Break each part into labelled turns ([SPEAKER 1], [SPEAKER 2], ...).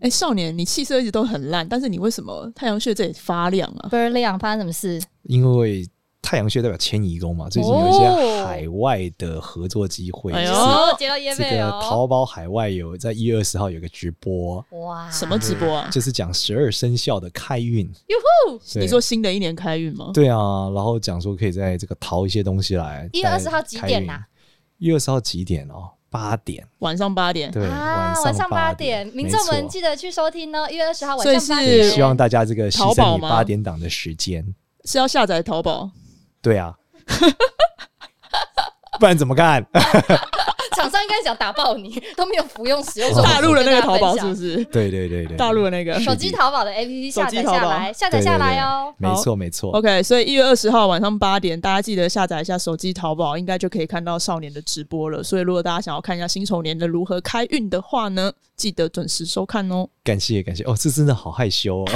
[SPEAKER 1] 哎，少年，你气色一直都很烂，但是你为什么太阳穴这里发亮啊？
[SPEAKER 2] 倍儿亮，发生什么事？
[SPEAKER 3] 因为太阳穴代表迁移宫嘛，最近有一些海外的合作机会，
[SPEAKER 1] 哎呦
[SPEAKER 3] 是
[SPEAKER 2] 哦，接到叶
[SPEAKER 3] 这
[SPEAKER 2] 贝
[SPEAKER 3] 个
[SPEAKER 2] 哦，
[SPEAKER 3] 淘宝海外有在一月二十号有个直播，
[SPEAKER 2] 哇，
[SPEAKER 1] 什么直播啊？
[SPEAKER 3] 就是讲十二生肖的开运。
[SPEAKER 2] 哟
[SPEAKER 3] 对
[SPEAKER 1] 你说新的一年开运吗？
[SPEAKER 3] 对啊，然后讲说可以在这个淘一些东西来。
[SPEAKER 2] 1月20号几点呐
[SPEAKER 3] 呐？一月二十号几点哦？八点，
[SPEAKER 1] 晚上八点，
[SPEAKER 3] 对，
[SPEAKER 2] 呼啊，
[SPEAKER 3] 晚
[SPEAKER 2] 晚上
[SPEAKER 3] 八
[SPEAKER 2] 八点，民
[SPEAKER 3] 没
[SPEAKER 2] 众
[SPEAKER 3] 错
[SPEAKER 2] 们记得去收听哦，一月二十号
[SPEAKER 1] 所以
[SPEAKER 2] 晚上八
[SPEAKER 1] 是
[SPEAKER 3] 对
[SPEAKER 2] 点，
[SPEAKER 3] 希望大家这个牺
[SPEAKER 1] 淘宝
[SPEAKER 3] 牲你
[SPEAKER 1] 吗
[SPEAKER 3] 八点档的时间。
[SPEAKER 1] 是要下载淘宝。
[SPEAKER 3] 对啊， 不然怎么干？
[SPEAKER 2] 厂商应该想打爆你，都没有服用使用
[SPEAKER 3] 哦
[SPEAKER 2] 手
[SPEAKER 1] 大陆的那个淘宝是不
[SPEAKER 2] 是？
[SPEAKER 1] 是？
[SPEAKER 3] 对对对对，
[SPEAKER 1] 大陆的那个
[SPEAKER 3] 是
[SPEAKER 2] 手机淘宝的 APP 下载
[SPEAKER 1] 手机淘宝
[SPEAKER 2] 下来，下载
[SPEAKER 3] 对对
[SPEAKER 2] 下来
[SPEAKER 3] 对
[SPEAKER 2] 哦。
[SPEAKER 3] 没
[SPEAKER 1] 好
[SPEAKER 3] 错没错，
[SPEAKER 1] OK，所以一月二十号晚上八点，大家记得下载一下手机淘宝，应该就可以看到少年的直播了。所以如果大家想要看一下辛丑年的如何开运的话呢，记得准时收看哦。
[SPEAKER 3] 感谢感谢哦，这真的好 害羞哦。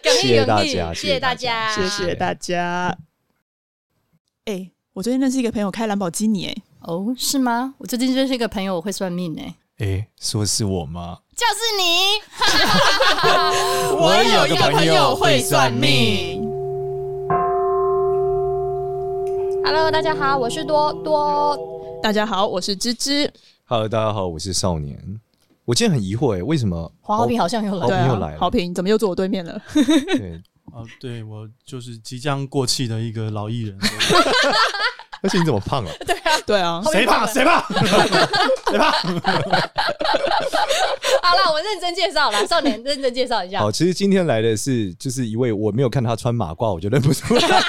[SPEAKER 2] 感谢
[SPEAKER 3] 谢谢大
[SPEAKER 2] 勇
[SPEAKER 3] 家
[SPEAKER 2] 毅，
[SPEAKER 3] 谢
[SPEAKER 2] 谢
[SPEAKER 3] 谢
[SPEAKER 2] 谢大
[SPEAKER 3] 大家
[SPEAKER 2] 家，
[SPEAKER 1] 谢谢大家。哎、我最近认识一个朋友开兰博基尼、哎，
[SPEAKER 2] 哦，是吗？我最近认识一个朋友，我会算命呢、
[SPEAKER 3] 诶，哎说是我吗？
[SPEAKER 2] 就是你。
[SPEAKER 3] 我有一个朋友会算命。
[SPEAKER 2] Hello，大家好，我是多多。
[SPEAKER 1] 大家好，我是芝芝。
[SPEAKER 3] Hello，大家好，我是少年。我今天很疑惑哎诶，为什么哦
[SPEAKER 2] 黄浩平好像哦又来
[SPEAKER 3] 好
[SPEAKER 1] 对
[SPEAKER 2] 了，
[SPEAKER 3] 朋友
[SPEAKER 1] 啊
[SPEAKER 3] 来，了
[SPEAKER 1] 好评怎么又坐我对面了？
[SPEAKER 3] 对，
[SPEAKER 4] 哦，对我就是即将过气的一个老艺人，
[SPEAKER 3] 而且你怎么胖了？
[SPEAKER 1] 对 啊，
[SPEAKER 2] 谁怕
[SPEAKER 4] 谁怕？
[SPEAKER 2] 好了，我认真介绍啦，少年认真介绍一下
[SPEAKER 3] 好，。其实今天来的是就是一位我没有看他穿马褂，我就认不出来了。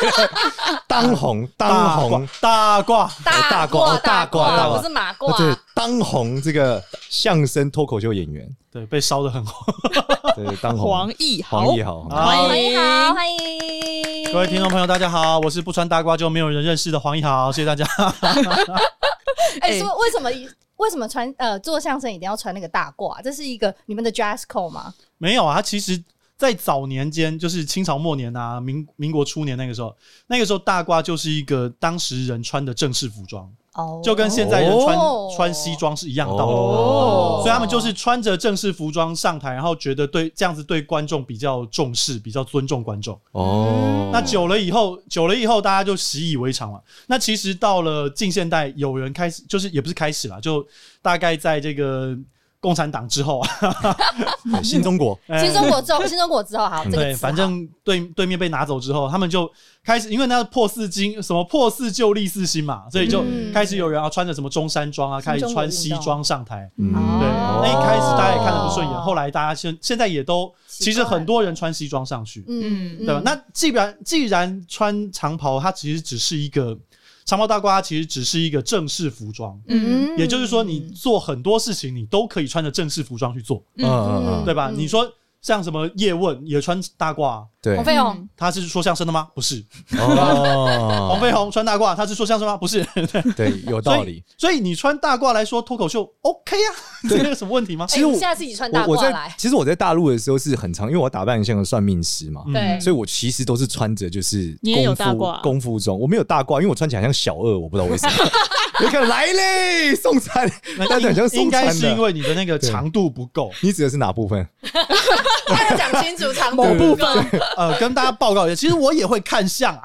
[SPEAKER 3] 当红当红
[SPEAKER 4] 大褂，
[SPEAKER 3] 呃
[SPEAKER 2] 褂，
[SPEAKER 3] 大褂大褂大褂
[SPEAKER 2] 不是马
[SPEAKER 3] 哦对
[SPEAKER 2] 褂。
[SPEAKER 3] 当红这个相声脱口秀演员，
[SPEAKER 4] 对，被烧的很红。
[SPEAKER 3] 对当红
[SPEAKER 1] 黄奕豪，
[SPEAKER 3] 黄奕豪，
[SPEAKER 4] 好啊
[SPEAKER 2] 欢迎好，
[SPEAKER 1] 迎。
[SPEAKER 2] 欢迎
[SPEAKER 4] 各位听众朋友，大家好，我是不穿大褂就没有人认识的黄一豪，谢谢大家。
[SPEAKER 2] 哎、
[SPEAKER 1] 哎
[SPEAKER 2] 说为什么为什么穿呃做相声一定要穿那个大褂？啊这是一个你们的 dress code 吗？
[SPEAKER 4] 没有啊，他其实在早年间，就是清朝末年啊，民民国初年那个时候，那个时候大褂就是一个当时人穿的正式服装，
[SPEAKER 2] 哦
[SPEAKER 4] 就跟现在人穿、
[SPEAKER 2] 哦
[SPEAKER 4] 穿西装是一样的道理。
[SPEAKER 1] 哦
[SPEAKER 4] 所以他们就是穿着正式服装上台，然后觉得对这样子对观众比较重视，比较尊重观众。
[SPEAKER 3] 哦
[SPEAKER 4] 那久了以后，久了以后，大家就习以为常了。那其实到了近现代，有人开始，就是也不是开始啦，就大概在这个共产党之后啊，
[SPEAKER 3] 对新中国
[SPEAKER 4] 呃
[SPEAKER 2] 新中国之后，新中国之后好，这个
[SPEAKER 4] 嗯
[SPEAKER 2] 啊
[SPEAKER 4] 对，
[SPEAKER 2] 词好
[SPEAKER 4] 反正对对面被拿走之后，他们就开始，因为那破四金什么破四旧立四新嘛，所以就
[SPEAKER 2] 嗯
[SPEAKER 4] 开始有人啊穿着什么中山装啊，
[SPEAKER 2] 新
[SPEAKER 4] 开
[SPEAKER 2] 中国
[SPEAKER 4] 始穿
[SPEAKER 2] 运动
[SPEAKER 4] 西装上台。
[SPEAKER 3] 嗯
[SPEAKER 4] 对，
[SPEAKER 2] 哦
[SPEAKER 4] 那一开始大家也看得不顺眼，
[SPEAKER 2] 哦
[SPEAKER 4] 后来大家现现在也都，其实很多人穿西装上去，
[SPEAKER 2] 嗯，嗯
[SPEAKER 4] 对吧？那既然既然穿长袍，它其实只是一个长袍大褂，它其实只是一个正式服装。
[SPEAKER 1] 嗯
[SPEAKER 4] 也就是说，你做很多事情，你都可以穿着正式服装去做，
[SPEAKER 3] 嗯嗯
[SPEAKER 4] 对
[SPEAKER 3] 嗯，
[SPEAKER 4] 吧？
[SPEAKER 2] 嗯
[SPEAKER 4] 你说像什么叶问也穿大褂啊，
[SPEAKER 3] 对
[SPEAKER 2] 黄，飞鸿
[SPEAKER 4] 他是说相声的吗？不是。
[SPEAKER 3] 哦
[SPEAKER 4] 黄飞鸿穿大褂，他是说相声吗？不是。
[SPEAKER 3] 对有道理。
[SPEAKER 4] 所以你穿大褂来说脱口秀，OK 啊， 这有什么问题吗？
[SPEAKER 3] 其实
[SPEAKER 2] 哎
[SPEAKER 3] 我
[SPEAKER 2] 你下次一起穿大
[SPEAKER 3] 我我
[SPEAKER 2] 褂
[SPEAKER 3] 在
[SPEAKER 2] 来，
[SPEAKER 3] 其实我在大陆的时候是很常，因为我打扮像个算命师嘛，
[SPEAKER 4] 嗯
[SPEAKER 2] 对，
[SPEAKER 3] 所以我其实都是穿着就是
[SPEAKER 1] 你也有
[SPEAKER 3] 功
[SPEAKER 1] 大褂啊
[SPEAKER 3] 夫功夫装，我没有大褂，因为我穿起来像小二，我不知道为什 么。你看来嘞，送餐，大家很像
[SPEAKER 4] 应应
[SPEAKER 3] 送
[SPEAKER 4] 该
[SPEAKER 3] 餐
[SPEAKER 4] 是因
[SPEAKER 3] 的。
[SPEAKER 4] 为你的那个长度不够。
[SPEAKER 3] 你指的是哪部分？
[SPEAKER 2] 大家讲清楚长
[SPEAKER 1] 某部
[SPEAKER 2] 度
[SPEAKER 1] 分
[SPEAKER 4] 呃，跟大家报告一下，其实我也会看相啊，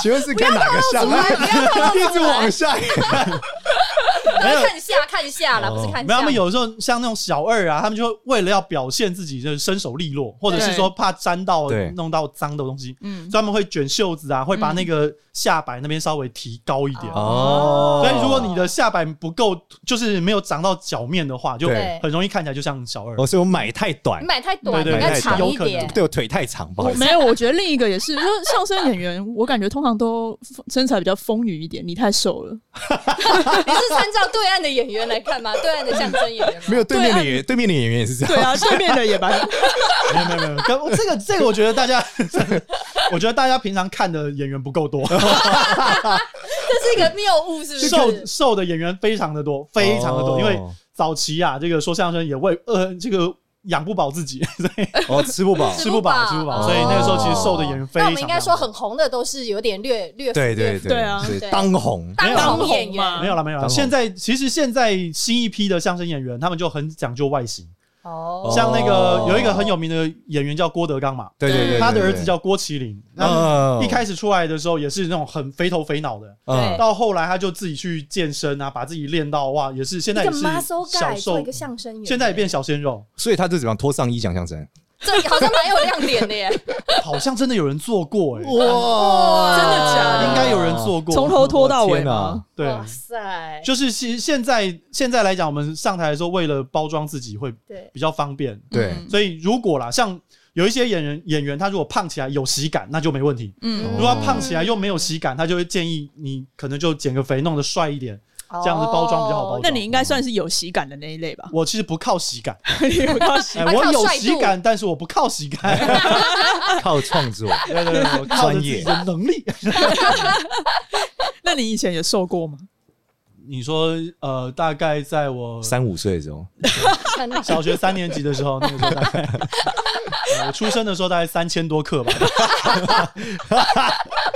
[SPEAKER 3] 请问是看哪个像？ 一直往下。
[SPEAKER 4] 没有。哦
[SPEAKER 2] 看一下看一下啦，不是看一
[SPEAKER 4] 没有，
[SPEAKER 2] 下，
[SPEAKER 4] 他们有时候像那种小二啊，他们就会为了要表现自己就是身手利落，或者是说怕沾到
[SPEAKER 3] 对
[SPEAKER 4] 弄到脏的东西，所
[SPEAKER 1] 嗯
[SPEAKER 4] 以，他们会卷袖子啊，会把那个下摆那边稍微提高一点。
[SPEAKER 2] 嗯哦
[SPEAKER 3] 哦
[SPEAKER 4] 所以如果你的下摆不够，就是没有长到脚面的话，就
[SPEAKER 3] 对
[SPEAKER 4] 很容易看起来就像小二。
[SPEAKER 3] 哦，所以我买太短
[SPEAKER 2] 你，买太短，
[SPEAKER 4] 对
[SPEAKER 2] 应
[SPEAKER 4] 对
[SPEAKER 2] 该长一
[SPEAKER 4] 有可能
[SPEAKER 2] 点。
[SPEAKER 3] 对我腿太长，不好
[SPEAKER 1] 我
[SPEAKER 3] 意思
[SPEAKER 1] 没。有，我觉得另一个也是， 因为相声演员，我感觉通常都身材比较丰腴一点，你太瘦了。
[SPEAKER 2] 你是参照对岸的演员来看吗？对岸的相声演 员吗
[SPEAKER 3] 没有对面的演员，对面的演员也是这样。
[SPEAKER 1] 对啊，对面的也蛮
[SPEAKER 4] 没有没有没有，跟这个这个，我觉得大家，我觉得大家平常看的演员不够多，
[SPEAKER 2] 这是一个谬误，哦是不是？
[SPEAKER 4] 瘦瘦的演员非常的多，非常的多，
[SPEAKER 3] 哦
[SPEAKER 4] 因为早期啊，这个说相声也为呃这个。养不饱自己，所以
[SPEAKER 3] 哦，吃不饱，
[SPEAKER 4] 吃不饱，吃不饱，所以那个时候其实瘦的演员非
[SPEAKER 2] 哦那我
[SPEAKER 4] 常。
[SPEAKER 2] 们应该说很红的都是有点略略
[SPEAKER 3] 对
[SPEAKER 2] 略
[SPEAKER 3] 对
[SPEAKER 1] 对啊
[SPEAKER 3] 是
[SPEAKER 2] 对
[SPEAKER 3] 当红，
[SPEAKER 4] 没有
[SPEAKER 2] 当红
[SPEAKER 1] 当红
[SPEAKER 2] 演员
[SPEAKER 1] 嘛
[SPEAKER 4] 没有了，没有了。
[SPEAKER 3] 当红
[SPEAKER 4] 现在其实现在新一批的相声演员，他们就很讲究外形，
[SPEAKER 2] 哦
[SPEAKER 4] 像那个
[SPEAKER 3] 哦
[SPEAKER 4] 有一个很有名的演员叫郭德纲嘛，
[SPEAKER 3] 对对对，对
[SPEAKER 4] 他的儿子，叫郭麒麟。那
[SPEAKER 3] 嗯嗯
[SPEAKER 4] 一开始出来的时候也是那种很肥头肥脑的，
[SPEAKER 2] 对
[SPEAKER 4] 到后来他就自己去健身啊，把自己练到哇，也是现在
[SPEAKER 2] 一
[SPEAKER 4] 也
[SPEAKER 2] 个
[SPEAKER 4] 是
[SPEAKER 2] muscle
[SPEAKER 4] 小
[SPEAKER 2] guy 做
[SPEAKER 4] 瘦
[SPEAKER 2] 一个，相声演员，
[SPEAKER 4] 现在也变小鲜 肉，
[SPEAKER 3] 所以他就怎么样脱上衣讲相声，
[SPEAKER 2] 这好像蛮有亮点的 耶，
[SPEAKER 4] 好像真的有人做过哎、
[SPEAKER 3] 哇
[SPEAKER 1] 真的假的
[SPEAKER 4] 应该有人做过，
[SPEAKER 1] 从头拖到尾
[SPEAKER 3] 天
[SPEAKER 1] 嘛
[SPEAKER 3] 哪。
[SPEAKER 4] 对啊
[SPEAKER 2] 哇，塞，
[SPEAKER 4] 就是现现在现在来讲，我们上台的时候为了包装自己会
[SPEAKER 2] 对，
[SPEAKER 4] 比较方便，
[SPEAKER 3] 对
[SPEAKER 1] 嗯
[SPEAKER 4] 所以如果啦，像有一些演员演员他如果胖起来有喜感，那就没问题。
[SPEAKER 1] 嗯
[SPEAKER 3] 哦
[SPEAKER 4] 如果他胖起来又没有喜感，他就会建议你可能就减个肥，弄得帅一点。
[SPEAKER 2] 这
[SPEAKER 4] 这样子包装比较好包装
[SPEAKER 1] 那你应该算是有喜感的那一类吧？
[SPEAKER 4] 我其实不靠喜感，
[SPEAKER 1] 有到喜
[SPEAKER 4] 哎，
[SPEAKER 2] 他靠
[SPEAKER 4] 我有
[SPEAKER 2] 帅度
[SPEAKER 4] 喜感，但是我不靠喜感，
[SPEAKER 3] 靠创作，
[SPEAKER 4] 对对对，我 靠着自己的能力。
[SPEAKER 1] 那你以前也瘦过吗？
[SPEAKER 4] 你说呃，大概在我
[SPEAKER 3] 三五岁的时候，
[SPEAKER 2] 哦很
[SPEAKER 4] 小学三年级的时候，那个时候 大概呃我出生的时候大概三千多克吧，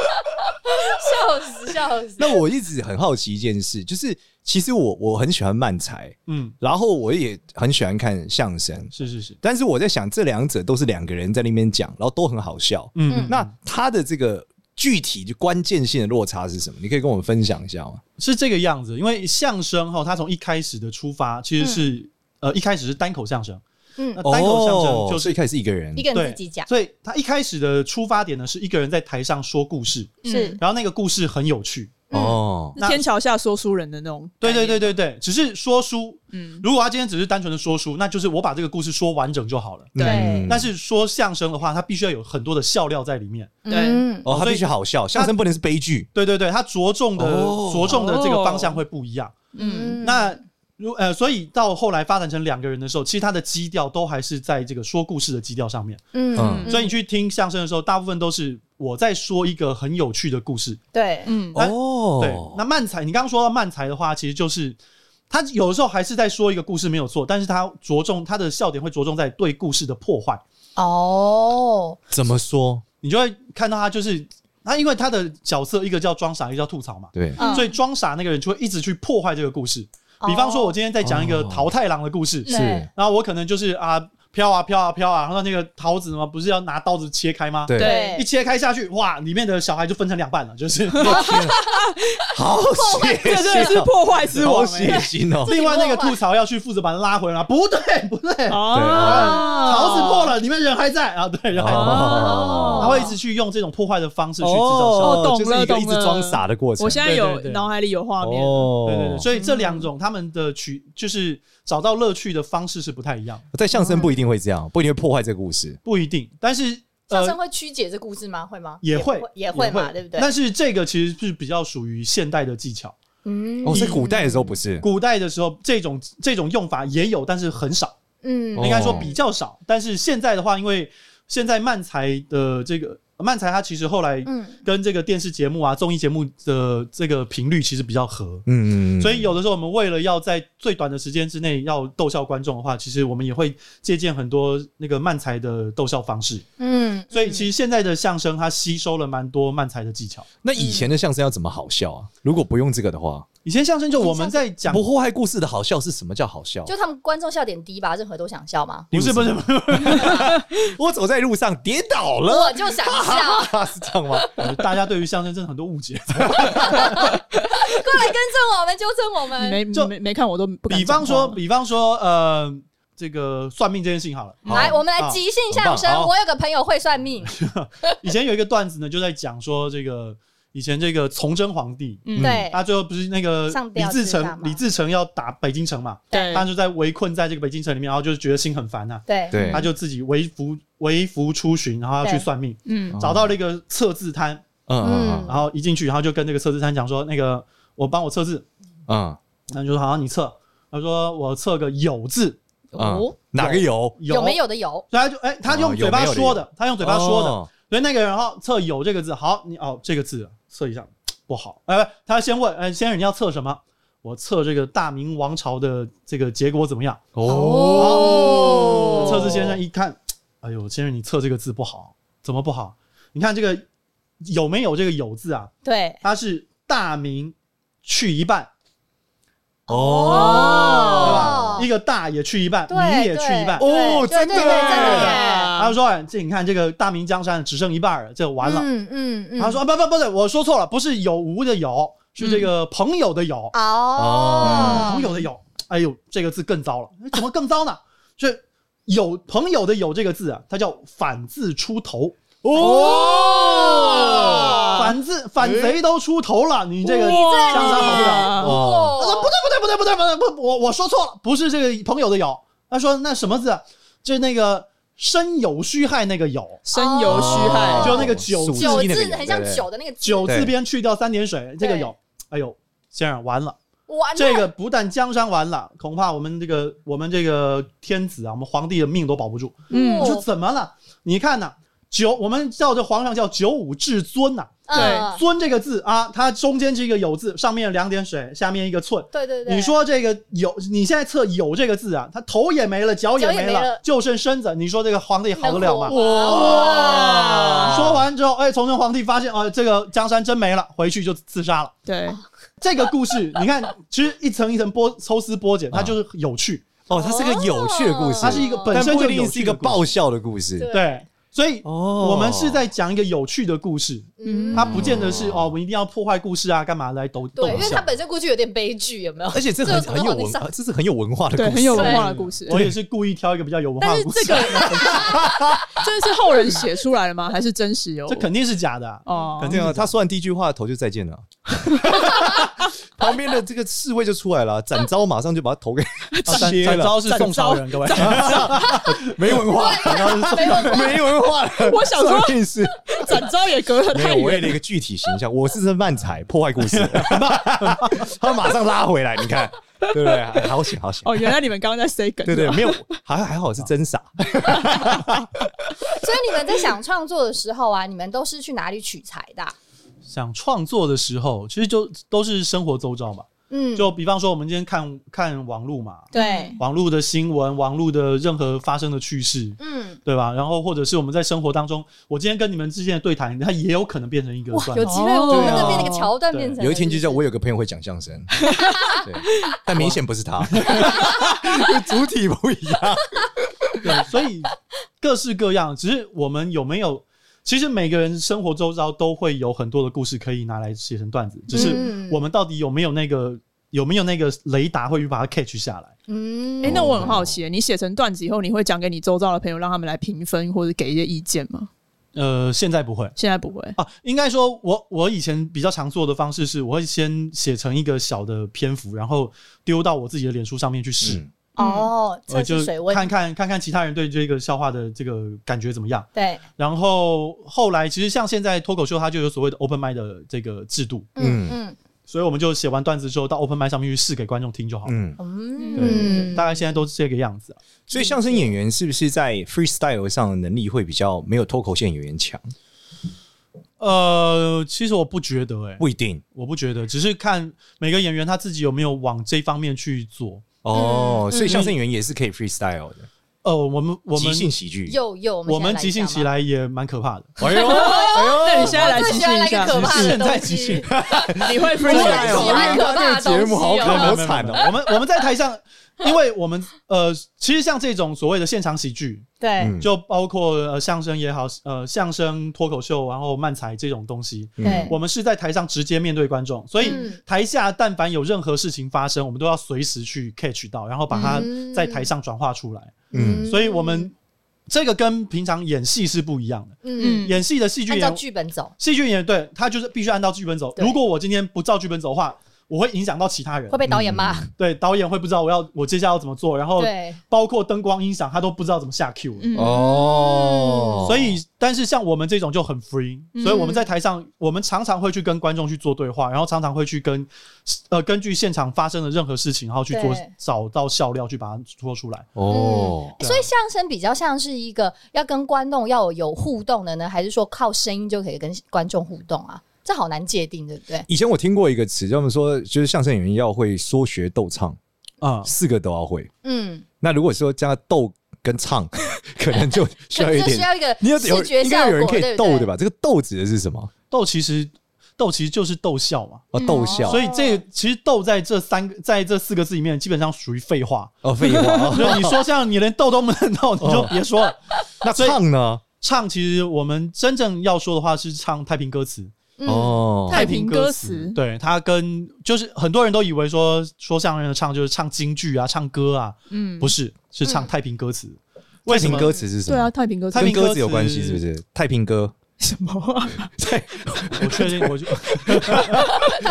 [SPEAKER 2] 笑死笑死，
[SPEAKER 3] 那我一直很好奇一件事，就是其实我我很喜欢漫才，
[SPEAKER 4] 嗯，
[SPEAKER 3] 然后我也很喜欢看相声，
[SPEAKER 4] 是是是，
[SPEAKER 3] 但是我在想，这两者都是两个人在那边讲，然后都很好笑。
[SPEAKER 4] 嗯，
[SPEAKER 3] 那他的这个具体就关键性的落差是什么？你可以跟我们分享一下吗？
[SPEAKER 4] 是这个样子，因为相声哈，它从一开始的出发其实是、呃一开始是单口相声，
[SPEAKER 2] 嗯
[SPEAKER 4] 呃那，单口相声
[SPEAKER 3] 哦
[SPEAKER 4] 就
[SPEAKER 3] 所以
[SPEAKER 4] 是、
[SPEAKER 3] 一开始是一个人
[SPEAKER 2] 一，个人
[SPEAKER 4] 对
[SPEAKER 2] 自己讲
[SPEAKER 4] 所以它一开始的出发点呢是一个人在台上说故事，
[SPEAKER 2] 是嗯
[SPEAKER 4] 然后那个故事很有趣，
[SPEAKER 1] 嗯
[SPEAKER 3] 哦，
[SPEAKER 1] 是天桥下说书人的那种。
[SPEAKER 4] 对对，对对对，只是说书。
[SPEAKER 1] 嗯，
[SPEAKER 4] 如果他今天只是单纯的说书，那就是我把这个故事说完整就好了。
[SPEAKER 2] 对
[SPEAKER 3] 嗯
[SPEAKER 4] 但是说相声的话，它必须要有很多的笑料在里面。
[SPEAKER 1] 对
[SPEAKER 2] 嗯
[SPEAKER 3] 哦，他
[SPEAKER 4] 所以
[SPEAKER 3] 必须好笑，相声不能是悲剧
[SPEAKER 4] 对对对，它着重的、
[SPEAKER 3] 哦
[SPEAKER 4] 着重的这个方
[SPEAKER 2] 哦
[SPEAKER 4] 向会不一样。
[SPEAKER 1] 嗯
[SPEAKER 4] 那如呃，所以到后来发展成两个人的时候，其实它的基调都还是在这个说故事的基调上面。
[SPEAKER 3] 嗯
[SPEAKER 4] 所以你去听相声的时候，大部分都是我在说一个很有趣的故事。
[SPEAKER 2] 对
[SPEAKER 1] 嗯，
[SPEAKER 4] 那
[SPEAKER 3] 哦。
[SPEAKER 4] 对，那慢才，你刚刚说到慢才的话，其实就是他有的时候还是在说一个故事没有错，但是他着重他的笑点会着重在对故事的破坏，
[SPEAKER 2] 哦，
[SPEAKER 3] 怎么说？
[SPEAKER 4] 你就会看到他就是他，因为他的角色一个叫装傻，一个叫吐槽嘛，
[SPEAKER 3] 对，
[SPEAKER 2] 嗯
[SPEAKER 4] 所以装傻那个人就会一直去破坏这个故事。比方说，我今天在讲一个
[SPEAKER 3] 哦
[SPEAKER 4] 桃太郎的故事，
[SPEAKER 2] 对
[SPEAKER 3] 是，
[SPEAKER 4] 然后我可能就是啊飘啊飘啊飘啊，然后那个桃子嘛，不是要拿刀子切开吗？
[SPEAKER 3] 对，
[SPEAKER 2] 对
[SPEAKER 4] 一切开下去，哇，里面的小孩就分成两半了，就 是
[SPEAKER 3] 好血
[SPEAKER 1] 这真的
[SPEAKER 3] 腥
[SPEAKER 1] 是
[SPEAKER 3] 哦，
[SPEAKER 1] 破坏之
[SPEAKER 3] 好
[SPEAKER 1] 王
[SPEAKER 3] 血腥 哦，
[SPEAKER 4] 另外那个吐槽要去负责把他拉回来 嘛，不对不对，
[SPEAKER 1] 哦，
[SPEAKER 4] 桃子破了，里面人还在啊，对，人还在，
[SPEAKER 3] 哦
[SPEAKER 4] 他会一直去用这种破坏的方式去制造
[SPEAKER 1] 哦
[SPEAKER 4] 效果。
[SPEAKER 1] 懂
[SPEAKER 3] 就是
[SPEAKER 1] 了
[SPEAKER 3] 一个一
[SPEAKER 1] 懂
[SPEAKER 3] 直
[SPEAKER 1] 了
[SPEAKER 3] 装傻的过程。
[SPEAKER 1] 我现在有
[SPEAKER 4] 对对对
[SPEAKER 1] 脑海里有画面。
[SPEAKER 3] 哦，
[SPEAKER 4] 对对
[SPEAKER 2] 嗯
[SPEAKER 4] 对，所以这两种他们的取就是找到乐趣的方式是不太一样，
[SPEAKER 3] 在相声不一定会这
[SPEAKER 4] 嗯
[SPEAKER 3] 样，不一定会破坏这个故事。
[SPEAKER 4] 不一定，但是
[SPEAKER 2] 相声
[SPEAKER 4] 呃
[SPEAKER 2] 会曲解这故事吗？会吗？
[SPEAKER 4] 也
[SPEAKER 2] 会
[SPEAKER 4] 会
[SPEAKER 2] 也会嘛，对不对？
[SPEAKER 4] 但是这个其实是比较属于现代的技巧，
[SPEAKER 2] 嗯
[SPEAKER 3] 哦，在古代的时候不是，
[SPEAKER 4] 古代的时候这种这种用法也有，但是很少。
[SPEAKER 2] 嗯
[SPEAKER 3] 哦
[SPEAKER 4] 应该说比较少。但是现在的话，因为现在漫才的这个漫才，它其实后来
[SPEAKER 2] 嗯
[SPEAKER 4] 跟这个电视节目啊、综艺节目的这个频率其实比较合。
[SPEAKER 3] 嗯，
[SPEAKER 4] 所以有的时候，我们为了要在最短的时间之内要逗笑观众的话，其实我们也会借鉴很多那个漫才的逗笑方式。
[SPEAKER 2] 嗯，
[SPEAKER 4] 所以其实现在的相声，它吸收了蛮多漫才的技巧。
[SPEAKER 3] 那以前的相声要怎么好笑啊？如果不用这个的话，
[SPEAKER 4] 以前相声就我们在讲，
[SPEAKER 3] 不破坏故事的好笑是什么叫好笑？
[SPEAKER 2] 就他们观众笑点低吧，任何都想笑吗？
[SPEAKER 4] 不是不是
[SPEAKER 3] 例如 什么，我走在路上跌倒了，
[SPEAKER 2] 我就想 笑，
[SPEAKER 3] 是这样吗？
[SPEAKER 4] 呃大家对于相声真的很多误解。
[SPEAKER 2] 过来跟正我们，纠正我
[SPEAKER 1] 你
[SPEAKER 2] 们。
[SPEAKER 1] 没
[SPEAKER 4] 就
[SPEAKER 1] 没没看我都不敢
[SPEAKER 4] 比
[SPEAKER 1] 讲话
[SPEAKER 4] 方
[SPEAKER 1] 了。
[SPEAKER 4] 说，比方说，呃，这个算命这件事情 好了。
[SPEAKER 3] 好
[SPEAKER 2] 来，我们来
[SPEAKER 4] 好
[SPEAKER 2] 即兴相声
[SPEAKER 3] 很。棒好
[SPEAKER 2] 我有个朋友会算命，
[SPEAKER 4] 以前有一个段子呢，就在讲说这个以前这个崇祯皇帝，
[SPEAKER 1] 嗯
[SPEAKER 2] 对
[SPEAKER 4] 他最后不是那个
[SPEAKER 2] 上
[SPEAKER 4] 李
[SPEAKER 2] 吊
[SPEAKER 4] 自
[SPEAKER 2] 自杀
[SPEAKER 4] 成，
[SPEAKER 2] 嘛
[SPEAKER 4] 李自成要打北京城嘛，
[SPEAKER 1] 对
[SPEAKER 4] 他就在围困在这个北京城里面，然后就觉得心很烦呐、啊
[SPEAKER 2] 对
[SPEAKER 3] 对
[SPEAKER 4] 他就自己微服微服出巡，然后要去
[SPEAKER 2] 对
[SPEAKER 4] 算命，
[SPEAKER 1] 嗯
[SPEAKER 4] 找到了一个测字摊，
[SPEAKER 3] 嗯嗯
[SPEAKER 4] 然后一进去，然后就跟那个测字摊讲说，那个我帮我测字，
[SPEAKER 3] 嗯
[SPEAKER 4] 那就说好，你测。他说：“我测个有字，
[SPEAKER 3] 嗯嗯，哪个有？
[SPEAKER 4] 有
[SPEAKER 2] 有没？有的有，
[SPEAKER 4] 所以他就哎、他用
[SPEAKER 3] 哦
[SPEAKER 4] 嘴巴
[SPEAKER 3] 有没有的
[SPEAKER 4] 说的，他用嘴巴说的，
[SPEAKER 3] 哦，
[SPEAKER 4] 所以那个人哈测有这个字，好，你哦这个字测一下不好，哎、他先问，哎、先生你要测什么？我测这个大明王朝的这个结果怎么样？
[SPEAKER 2] 哦
[SPEAKER 4] 测字先生一看，哎呦，先生你测这个字不好，怎么不好？你看这个有没有这个“有”字啊？
[SPEAKER 2] 对，
[SPEAKER 4] 它是大明去一半，哦对吧
[SPEAKER 2] 哦？
[SPEAKER 4] 一个大也去一半，
[SPEAKER 2] 对
[SPEAKER 4] 明也去一半。
[SPEAKER 3] 哦
[SPEAKER 2] 对对
[SPEAKER 3] 真
[SPEAKER 2] 对
[SPEAKER 3] 的
[SPEAKER 2] 对
[SPEAKER 3] 耶
[SPEAKER 2] 真的耶，
[SPEAKER 4] 他就说：“哎这你看这个大明江山只剩一半儿，这完了。
[SPEAKER 2] 嗯嗯嗯，
[SPEAKER 4] 他说：“啊不不不对，我说错了，不是有无的有，是这个朋友的有，
[SPEAKER 2] 哦，
[SPEAKER 4] 朋友的有。哎呦，这个字更糟了，哎怎么更糟呢？ 这有朋友的有这个字啊，它叫反字出头，
[SPEAKER 3] 哦，
[SPEAKER 4] 反字反贼都出头了，你这个
[SPEAKER 1] 哇
[SPEAKER 4] 相差好不了。
[SPEAKER 3] 哦
[SPEAKER 4] 他说不
[SPEAKER 2] 哦，
[SPEAKER 4] 对不对不对不对不对不，我我说错了，不是这个朋友的有。他说那什么字啊？就是那个身有虚害那个有，
[SPEAKER 1] 深有虚
[SPEAKER 2] 哦
[SPEAKER 1] 害，
[SPEAKER 4] 就那个九
[SPEAKER 3] 数
[SPEAKER 4] 字
[SPEAKER 2] 九
[SPEAKER 3] 一那个
[SPEAKER 2] 字很像酒的那个字
[SPEAKER 4] 九字
[SPEAKER 3] 对
[SPEAKER 4] 边去掉三点水，这个
[SPEAKER 2] 对
[SPEAKER 4] 有。哎呦，先生完了，
[SPEAKER 2] 完了
[SPEAKER 4] 这个不但江山完了，恐怕我们这个我们这个天子啊，我们皇帝的命都保不住。
[SPEAKER 1] 嗯
[SPEAKER 4] 我
[SPEAKER 2] 哦
[SPEAKER 4] 说怎么了？你看呐、九，我们叫这皇上叫九五至尊呐、
[SPEAKER 2] 嗯
[SPEAKER 4] 尊这个字啊，它中间是一个有字，上面两点水，下面一个寸。
[SPEAKER 2] 对对对，
[SPEAKER 4] 你说这个有，你现在测有这个字啊，他头也没了，脚也
[SPEAKER 2] 脚也没
[SPEAKER 4] 没
[SPEAKER 2] 了
[SPEAKER 4] 就剩身子。你说这个皇帝好得了吗？
[SPEAKER 2] 能活吗
[SPEAKER 3] 哇
[SPEAKER 4] 说完之后，哎，崇祯皇帝发现，哦，这个江山真没了，回去就自杀了。
[SPEAKER 1] 对，
[SPEAKER 4] 这个故事，你看，其实一层一层剥抽丝剥茧，它就是有趣，
[SPEAKER 3] 哦，它是个有趣的故事，
[SPEAKER 4] 它是一个本
[SPEAKER 3] 但
[SPEAKER 4] 身
[SPEAKER 3] 不
[SPEAKER 4] 就
[SPEAKER 3] 一
[SPEAKER 4] 有
[SPEAKER 3] 定
[SPEAKER 4] 趣
[SPEAKER 3] 啊是一个
[SPEAKER 4] 的故事
[SPEAKER 3] 爆笑的故事。
[SPEAKER 2] 对
[SPEAKER 4] 对，所以
[SPEAKER 3] 哦
[SPEAKER 4] 我们是在讲一个有趣的故事，
[SPEAKER 2] 嗯
[SPEAKER 4] 它不见得是哦，我们一定要破坏故事啊，干嘛来抖
[SPEAKER 2] 对，
[SPEAKER 4] 动
[SPEAKER 2] 因
[SPEAKER 4] 一
[SPEAKER 2] 为
[SPEAKER 4] 下
[SPEAKER 2] 它。本身过去有点悲剧，有没有？
[SPEAKER 3] 而且这很
[SPEAKER 2] 哦这个
[SPEAKER 3] 很有
[SPEAKER 2] 很好
[SPEAKER 3] 文
[SPEAKER 2] 上，
[SPEAKER 3] 这是很有文化的故
[SPEAKER 1] 对，
[SPEAKER 3] 事，
[SPEAKER 1] 很有文化的故事。
[SPEAKER 4] 我也是故意挑一个比较有文化
[SPEAKER 1] 但
[SPEAKER 4] 的
[SPEAKER 1] 是
[SPEAKER 4] 故
[SPEAKER 1] 这
[SPEAKER 4] 事，
[SPEAKER 1] 个这是后人写出来的吗？还 是真实有？
[SPEAKER 4] 这肯定是假的啊。
[SPEAKER 1] 哦，
[SPEAKER 3] 肯定啊，他说完第一句话，头就再见了。旁边的这个侍卫就出来了，展昭马上就把他头给
[SPEAKER 4] 啊展
[SPEAKER 3] 切
[SPEAKER 4] 展
[SPEAKER 3] 了。
[SPEAKER 4] 昭是宋朝人，各位。
[SPEAKER 3] 没文化，
[SPEAKER 2] 没有没有
[SPEAKER 3] 没文化。
[SPEAKER 1] 我想说
[SPEAKER 3] 上面是
[SPEAKER 1] 展昭也隔得
[SPEAKER 3] 没
[SPEAKER 1] 太
[SPEAKER 3] 有，我
[SPEAKER 1] 远
[SPEAKER 3] 为了一个具体形象，我是这漫才破坏故 事，他马上拉回来，你看，对不对？哎好险，好险。
[SPEAKER 1] 哦。原来你们刚刚在 say 梗，
[SPEAKER 3] 对对，没有，还还好是真傻。
[SPEAKER 2] 所以你们在想创作的时候啊，你们都是去哪里取材的啊？
[SPEAKER 4] 想创作的时候，其实就都是生活周遭嘛。
[SPEAKER 2] 嗯，
[SPEAKER 4] 就比方说，我们今天看看网络嘛，
[SPEAKER 1] 哎
[SPEAKER 2] 对，
[SPEAKER 4] 网络的新闻，网络的任何发生的趣事，
[SPEAKER 2] 嗯，
[SPEAKER 4] 对吧？然后或者是我们在生活当中，我今天跟你们之间的对谈，它也有可能变成一个
[SPEAKER 2] 哇，
[SPEAKER 4] 段
[SPEAKER 2] 有
[SPEAKER 4] 落。
[SPEAKER 2] 机会我们
[SPEAKER 1] 对啊
[SPEAKER 2] 这边那个桥段变成
[SPEAKER 3] 有一天就叫
[SPEAKER 2] 是
[SPEAKER 3] 我有个朋友会讲相声，对，但明显不是他，主体不一样。
[SPEAKER 4] 对，所以各式各样，只是我们有没有？其实每个人生活周遭都会有很多的故事可以拿来写成段子，只是
[SPEAKER 2] 嗯
[SPEAKER 4] 我们到底有没有那个有没有那个雷达会去把它 catch 下来？
[SPEAKER 2] 嗯，
[SPEAKER 1] 哎、那我很好奇，你写成段子以后，你会讲给你周遭的朋友，让他们来评分或者给一些意见吗？
[SPEAKER 4] 呃，现在不会。
[SPEAKER 1] 现在不会，
[SPEAKER 4] 啊，应该说我我以前比较常做的方式是，我会先写成一个小的篇幅，然后丢到我自己的脸书上面去试，
[SPEAKER 3] 嗯
[SPEAKER 2] 哦，
[SPEAKER 4] 我
[SPEAKER 2] 测
[SPEAKER 4] 就
[SPEAKER 2] 试水温，
[SPEAKER 4] 看看看看其他人对这个笑话的这个感觉怎么样。
[SPEAKER 2] 对，
[SPEAKER 4] 然后后来其实像现在脱口秀它就有所谓的 open mic 的这个制度，
[SPEAKER 2] 嗯
[SPEAKER 3] 嗯
[SPEAKER 2] 嗯
[SPEAKER 4] 所以我们就写完段子之后到 open mic 上面去试给观众听就好了。
[SPEAKER 3] 嗯，
[SPEAKER 2] 嗯，
[SPEAKER 4] 大概现在都是这个样子啊、
[SPEAKER 3] 所以相声演员是不是在 freestyle 上的能力会比较没有脱口秀演员强？
[SPEAKER 4] 呃，其实我不觉得、欸，哎，
[SPEAKER 3] 不一定
[SPEAKER 4] 我不觉得，只是看每个演员他自己有没有往这方面去做。
[SPEAKER 3] 哦，所以相声演员也是可以 freestyle 的，
[SPEAKER 4] 呃，我们我
[SPEAKER 3] 即
[SPEAKER 4] 们
[SPEAKER 3] 兴喜剧。
[SPEAKER 2] 又又
[SPEAKER 4] 我们即兴起
[SPEAKER 2] 来
[SPEAKER 4] 来也蛮可怕的。
[SPEAKER 3] 哎呦，哎呦，
[SPEAKER 1] 那你现在来
[SPEAKER 2] 一下吧，
[SPEAKER 1] 即
[SPEAKER 2] 最喜
[SPEAKER 1] 兴一
[SPEAKER 2] 欢那
[SPEAKER 1] 下
[SPEAKER 2] 个，可怕的
[SPEAKER 4] 现在
[SPEAKER 2] 东
[SPEAKER 4] 即
[SPEAKER 2] 西
[SPEAKER 4] 兴，
[SPEAKER 1] 你会
[SPEAKER 2] 我
[SPEAKER 1] freestyle
[SPEAKER 2] 很喜欢可怕的
[SPEAKER 3] 这个节目好可
[SPEAKER 2] 东西
[SPEAKER 3] 怕 好
[SPEAKER 2] 哦。
[SPEAKER 3] 惨 哦
[SPEAKER 4] 我们我们在台上，因为我们呃，其实像这种所谓的现场喜剧，
[SPEAKER 2] 对
[SPEAKER 3] 嗯
[SPEAKER 4] 就包括呃相声也好，呃相声、脱口秀，然后漫才这种东西，
[SPEAKER 2] 对
[SPEAKER 4] 我们是在台上直接面对观众，所以
[SPEAKER 2] 嗯
[SPEAKER 4] 台下但凡有任何事情发生，我们都要随时去 catch 到，然后把它
[SPEAKER 2] 嗯
[SPEAKER 4] 在台上转化出来。
[SPEAKER 3] 嗯
[SPEAKER 4] 所以我们这个跟平常演戏是不一样的，
[SPEAKER 2] 嗯，
[SPEAKER 4] 演戏的戏剧
[SPEAKER 2] 按照
[SPEAKER 4] 演
[SPEAKER 2] 剧本走，
[SPEAKER 4] 戏剧演员对他就是必须按照剧本走。
[SPEAKER 2] 对
[SPEAKER 4] 如果我今天不照剧本走的话，我会影响到其他人
[SPEAKER 2] 会，被导演骂。
[SPEAKER 4] 对导演会不知道我要我接下来要怎么做，然后
[SPEAKER 2] 对，
[SPEAKER 4] 包括灯光音响，他都不知道怎么下 Q 了。
[SPEAKER 1] 嗯
[SPEAKER 3] 哦，
[SPEAKER 4] 所以，但是像我们这种就很 free，、
[SPEAKER 1] 嗯
[SPEAKER 4] 所以我们在台上，我们常常会去跟观众去做对话，然后常常会去跟呃根据现场发生的任何事情，然后去做
[SPEAKER 2] 对
[SPEAKER 4] 找到笑料去把它说出来。
[SPEAKER 3] 哦，
[SPEAKER 4] 对啊
[SPEAKER 2] 所以相声比较像是一个要跟观众要有互动的呢，还是说靠声音就可以跟观众互动啊？这好难界定，对不对？
[SPEAKER 3] 以前我听过一个词，他们说就是相声演员要会说学逗唱，
[SPEAKER 4] 啊，
[SPEAKER 3] 四个都要会。
[SPEAKER 2] 嗯，
[SPEAKER 3] 那如果说加逗跟唱， 可能就需
[SPEAKER 2] 可能
[SPEAKER 3] 要一
[SPEAKER 2] 就需
[SPEAKER 3] 点，
[SPEAKER 2] 要一个
[SPEAKER 3] 你要有
[SPEAKER 2] 视觉
[SPEAKER 3] 应
[SPEAKER 2] 效
[SPEAKER 3] 该有人
[SPEAKER 2] 果，
[SPEAKER 3] 可
[SPEAKER 2] 对
[SPEAKER 3] 以
[SPEAKER 2] 不
[SPEAKER 3] 逗
[SPEAKER 2] 对
[SPEAKER 3] 对？吧？这个逗指的是什么？
[SPEAKER 4] 逗其实逗其实就是逗笑嘛，
[SPEAKER 3] 哦，
[SPEAKER 2] 嗯
[SPEAKER 3] 逗笑
[SPEAKER 4] 所以这其实逗在这三个在这四个字里面基本上属于废话。
[SPEAKER 3] 哦，废话。
[SPEAKER 4] 就是
[SPEAKER 3] 哦
[SPEAKER 4] 你说像你连逗都不能逗，你就别说了。
[SPEAKER 3] 那
[SPEAKER 4] 所 以
[SPEAKER 3] 唱呢？
[SPEAKER 4] 唱其实我们真正要说的话是唱太平歌词，
[SPEAKER 2] 嗯，
[SPEAKER 3] 哦，
[SPEAKER 1] 太平歌
[SPEAKER 4] 词
[SPEAKER 1] 词，
[SPEAKER 4] 对它跟就是很多人都以为说说相声的唱就是唱京剧啊、唱歌啊，
[SPEAKER 1] 嗯，
[SPEAKER 4] 不是，是唱
[SPEAKER 2] 嗯
[SPEAKER 4] 太平歌词。为
[SPEAKER 3] 太
[SPEAKER 4] 什
[SPEAKER 3] 平
[SPEAKER 4] 么？
[SPEAKER 3] 歌词是什
[SPEAKER 1] 对啊，
[SPEAKER 3] 么？
[SPEAKER 1] 太平歌词
[SPEAKER 4] 太
[SPEAKER 3] 跟
[SPEAKER 4] 平
[SPEAKER 3] 歌
[SPEAKER 4] 歌
[SPEAKER 3] 词有关系
[SPEAKER 4] 词
[SPEAKER 3] 是不是？太平歌，
[SPEAKER 1] 什么 啊？
[SPEAKER 4] 我 确定，我就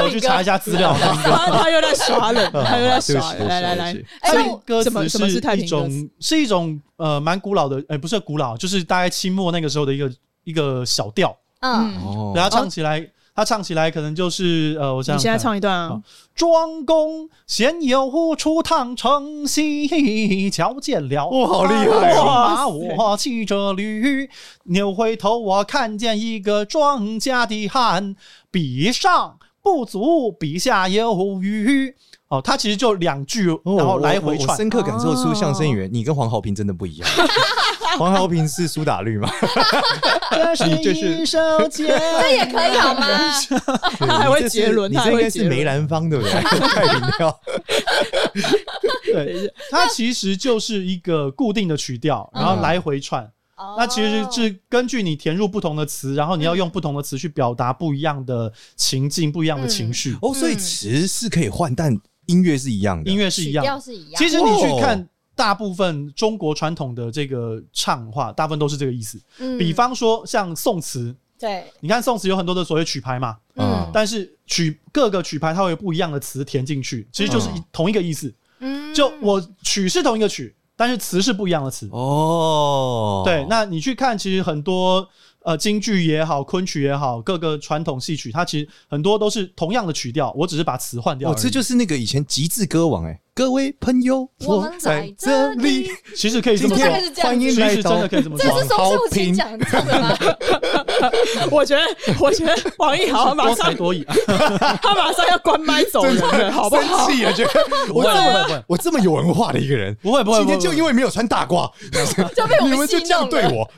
[SPEAKER 4] 我去查一下资料。
[SPEAKER 1] 他他又在耍冷，他又在
[SPEAKER 3] 对不
[SPEAKER 1] 耍
[SPEAKER 3] 起
[SPEAKER 1] 冷，来来来，，
[SPEAKER 2] 哎
[SPEAKER 4] 太
[SPEAKER 2] 那
[SPEAKER 4] 平
[SPEAKER 2] 我
[SPEAKER 4] 歌
[SPEAKER 1] 什么
[SPEAKER 4] 词
[SPEAKER 1] 什么是太
[SPEAKER 4] 一
[SPEAKER 1] 平歌词
[SPEAKER 4] 种是一种呃蛮古老的，哎，不是古老，就是大概清末那个时候的一个一个小调，
[SPEAKER 2] 嗯，
[SPEAKER 1] 嗯，
[SPEAKER 3] 哦，
[SPEAKER 4] 然后唱起来，它唱起来可能就是呃，我想
[SPEAKER 1] 你现在
[SPEAKER 4] 想看
[SPEAKER 1] 唱一段啊
[SPEAKER 4] 好，庄公闲游初趟城西，瞧见了
[SPEAKER 3] 哇，好厉害哦！
[SPEAKER 4] 马
[SPEAKER 1] 哇
[SPEAKER 4] 我骑着驴，扭回头我看见一个庄稼的汉，比上不足，比下有余。哦，他其实就两句，然后来
[SPEAKER 3] 哦我
[SPEAKER 4] 回
[SPEAKER 3] 我
[SPEAKER 4] 串。
[SPEAKER 3] 深刻感受
[SPEAKER 2] 哦
[SPEAKER 3] 出相声演员，你跟黄豪平真的不一样。黄豪平是苏打绿 嘛？
[SPEAKER 4] 这是
[SPEAKER 3] 你这是
[SPEAKER 4] 一首 简
[SPEAKER 2] 这也可以好吗？
[SPEAKER 3] 他
[SPEAKER 1] 还会杰伦
[SPEAKER 3] 你
[SPEAKER 1] 他还
[SPEAKER 3] 这
[SPEAKER 1] 会
[SPEAKER 3] 应该是
[SPEAKER 1] 杰伦
[SPEAKER 3] 梅兰芳对 不对？太平调，
[SPEAKER 4] 对，它其实就是一个固定的曲调，然
[SPEAKER 3] 嗯
[SPEAKER 4] 后来回串。
[SPEAKER 2] 哦
[SPEAKER 4] 那其实是根据你填入不同的词，然后你要用不同的词去表达不一样的情境、不一样的情绪。
[SPEAKER 2] 嗯
[SPEAKER 3] 哦，所以词是可以换，但音乐是一样的。
[SPEAKER 4] 嗯音
[SPEAKER 3] 乐
[SPEAKER 4] 乐是一
[SPEAKER 2] 曲
[SPEAKER 4] 样
[SPEAKER 2] 调
[SPEAKER 4] 的。
[SPEAKER 2] 是一样。
[SPEAKER 4] 其实你去
[SPEAKER 3] 哦
[SPEAKER 4] 看大部分中国传统的这个唱话，大部分都是这个意思。
[SPEAKER 2] 嗯
[SPEAKER 4] 比方说像宋词，
[SPEAKER 2] 对，
[SPEAKER 4] 你看宋词有很多的所谓曲牌嘛，
[SPEAKER 3] 嗯
[SPEAKER 2] 嗯
[SPEAKER 4] 但是曲各个曲牌它会有不一样的词填进去，其实就是一
[SPEAKER 3] 嗯
[SPEAKER 4] 同一个意思。
[SPEAKER 2] 嗯
[SPEAKER 4] 就我曲是同一个曲，但是词是不一样的词。
[SPEAKER 3] 哦，
[SPEAKER 4] 对，那你去看，其实很多呃京剧也好，昆曲也好，各个传统戏曲，它其实很多都是同样的曲调，我只是把词换掉而
[SPEAKER 3] 哦
[SPEAKER 4] 已。，
[SPEAKER 3] 这就是那个以前极致歌王哎，各位朋友，
[SPEAKER 2] 我
[SPEAKER 3] 我
[SPEAKER 2] 们
[SPEAKER 3] 在
[SPEAKER 2] 在
[SPEAKER 3] 这
[SPEAKER 2] 这
[SPEAKER 3] 里
[SPEAKER 2] 里，
[SPEAKER 4] 其实可以这
[SPEAKER 3] 今
[SPEAKER 4] 么
[SPEAKER 2] 就
[SPEAKER 4] 说
[SPEAKER 2] 大概
[SPEAKER 3] 天
[SPEAKER 2] 是这样子
[SPEAKER 3] 欢迎
[SPEAKER 4] 其
[SPEAKER 3] 来
[SPEAKER 4] 实
[SPEAKER 3] 到
[SPEAKER 4] 真的可以这么
[SPEAKER 2] 这
[SPEAKER 4] 说
[SPEAKER 2] 是
[SPEAKER 3] 好
[SPEAKER 2] 松树
[SPEAKER 3] 评
[SPEAKER 2] 清讲唱的吗？
[SPEAKER 1] 我觉得我觉得王一 豪啊马
[SPEAKER 4] 多才
[SPEAKER 1] 上
[SPEAKER 4] 多艺，
[SPEAKER 1] 他马上要关麦走人了，好不好？
[SPEAKER 3] 生气了，觉得我
[SPEAKER 4] 不会
[SPEAKER 3] 这
[SPEAKER 4] 不会
[SPEAKER 3] 么
[SPEAKER 4] 不会
[SPEAKER 3] 我这么有文化的一个人，
[SPEAKER 4] 不会不会，
[SPEAKER 3] 今天就因
[SPEAKER 4] 为
[SPEAKER 3] 为没有穿大 褂，
[SPEAKER 2] 就被我
[SPEAKER 3] 你们
[SPEAKER 2] 戏
[SPEAKER 3] 就
[SPEAKER 2] 弄
[SPEAKER 3] 这样对
[SPEAKER 2] 了。
[SPEAKER 3] 我，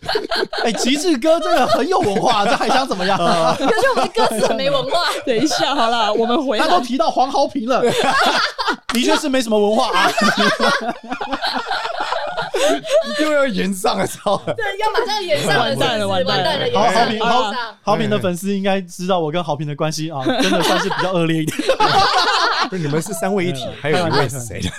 [SPEAKER 4] 哎，极致哥真的很有文化，这还想怎么 样？
[SPEAKER 2] 可是我们歌词很没文化，
[SPEAKER 1] 等一下，好啦，我们回
[SPEAKER 4] 他都
[SPEAKER 1] 来。
[SPEAKER 4] 提到黄豪平了， 的确是没什么文化啊。
[SPEAKER 3] 又要演上了，操！
[SPEAKER 2] 对，要马上演上了，
[SPEAKER 1] 完蛋了
[SPEAKER 2] 是不是
[SPEAKER 1] 完
[SPEAKER 2] 完
[SPEAKER 1] 蛋
[SPEAKER 2] 蛋
[SPEAKER 1] 了
[SPEAKER 2] 了，
[SPEAKER 4] 好
[SPEAKER 2] 演
[SPEAKER 4] 好
[SPEAKER 2] 上
[SPEAKER 4] 评
[SPEAKER 2] 了
[SPEAKER 4] 好
[SPEAKER 2] 演上。
[SPEAKER 4] 豪平的粉丝应该知道我跟豪平的关系啊，真的算是比较恶劣一点。
[SPEAKER 3] 不是 你们是三位一体， 还有一位是谁的？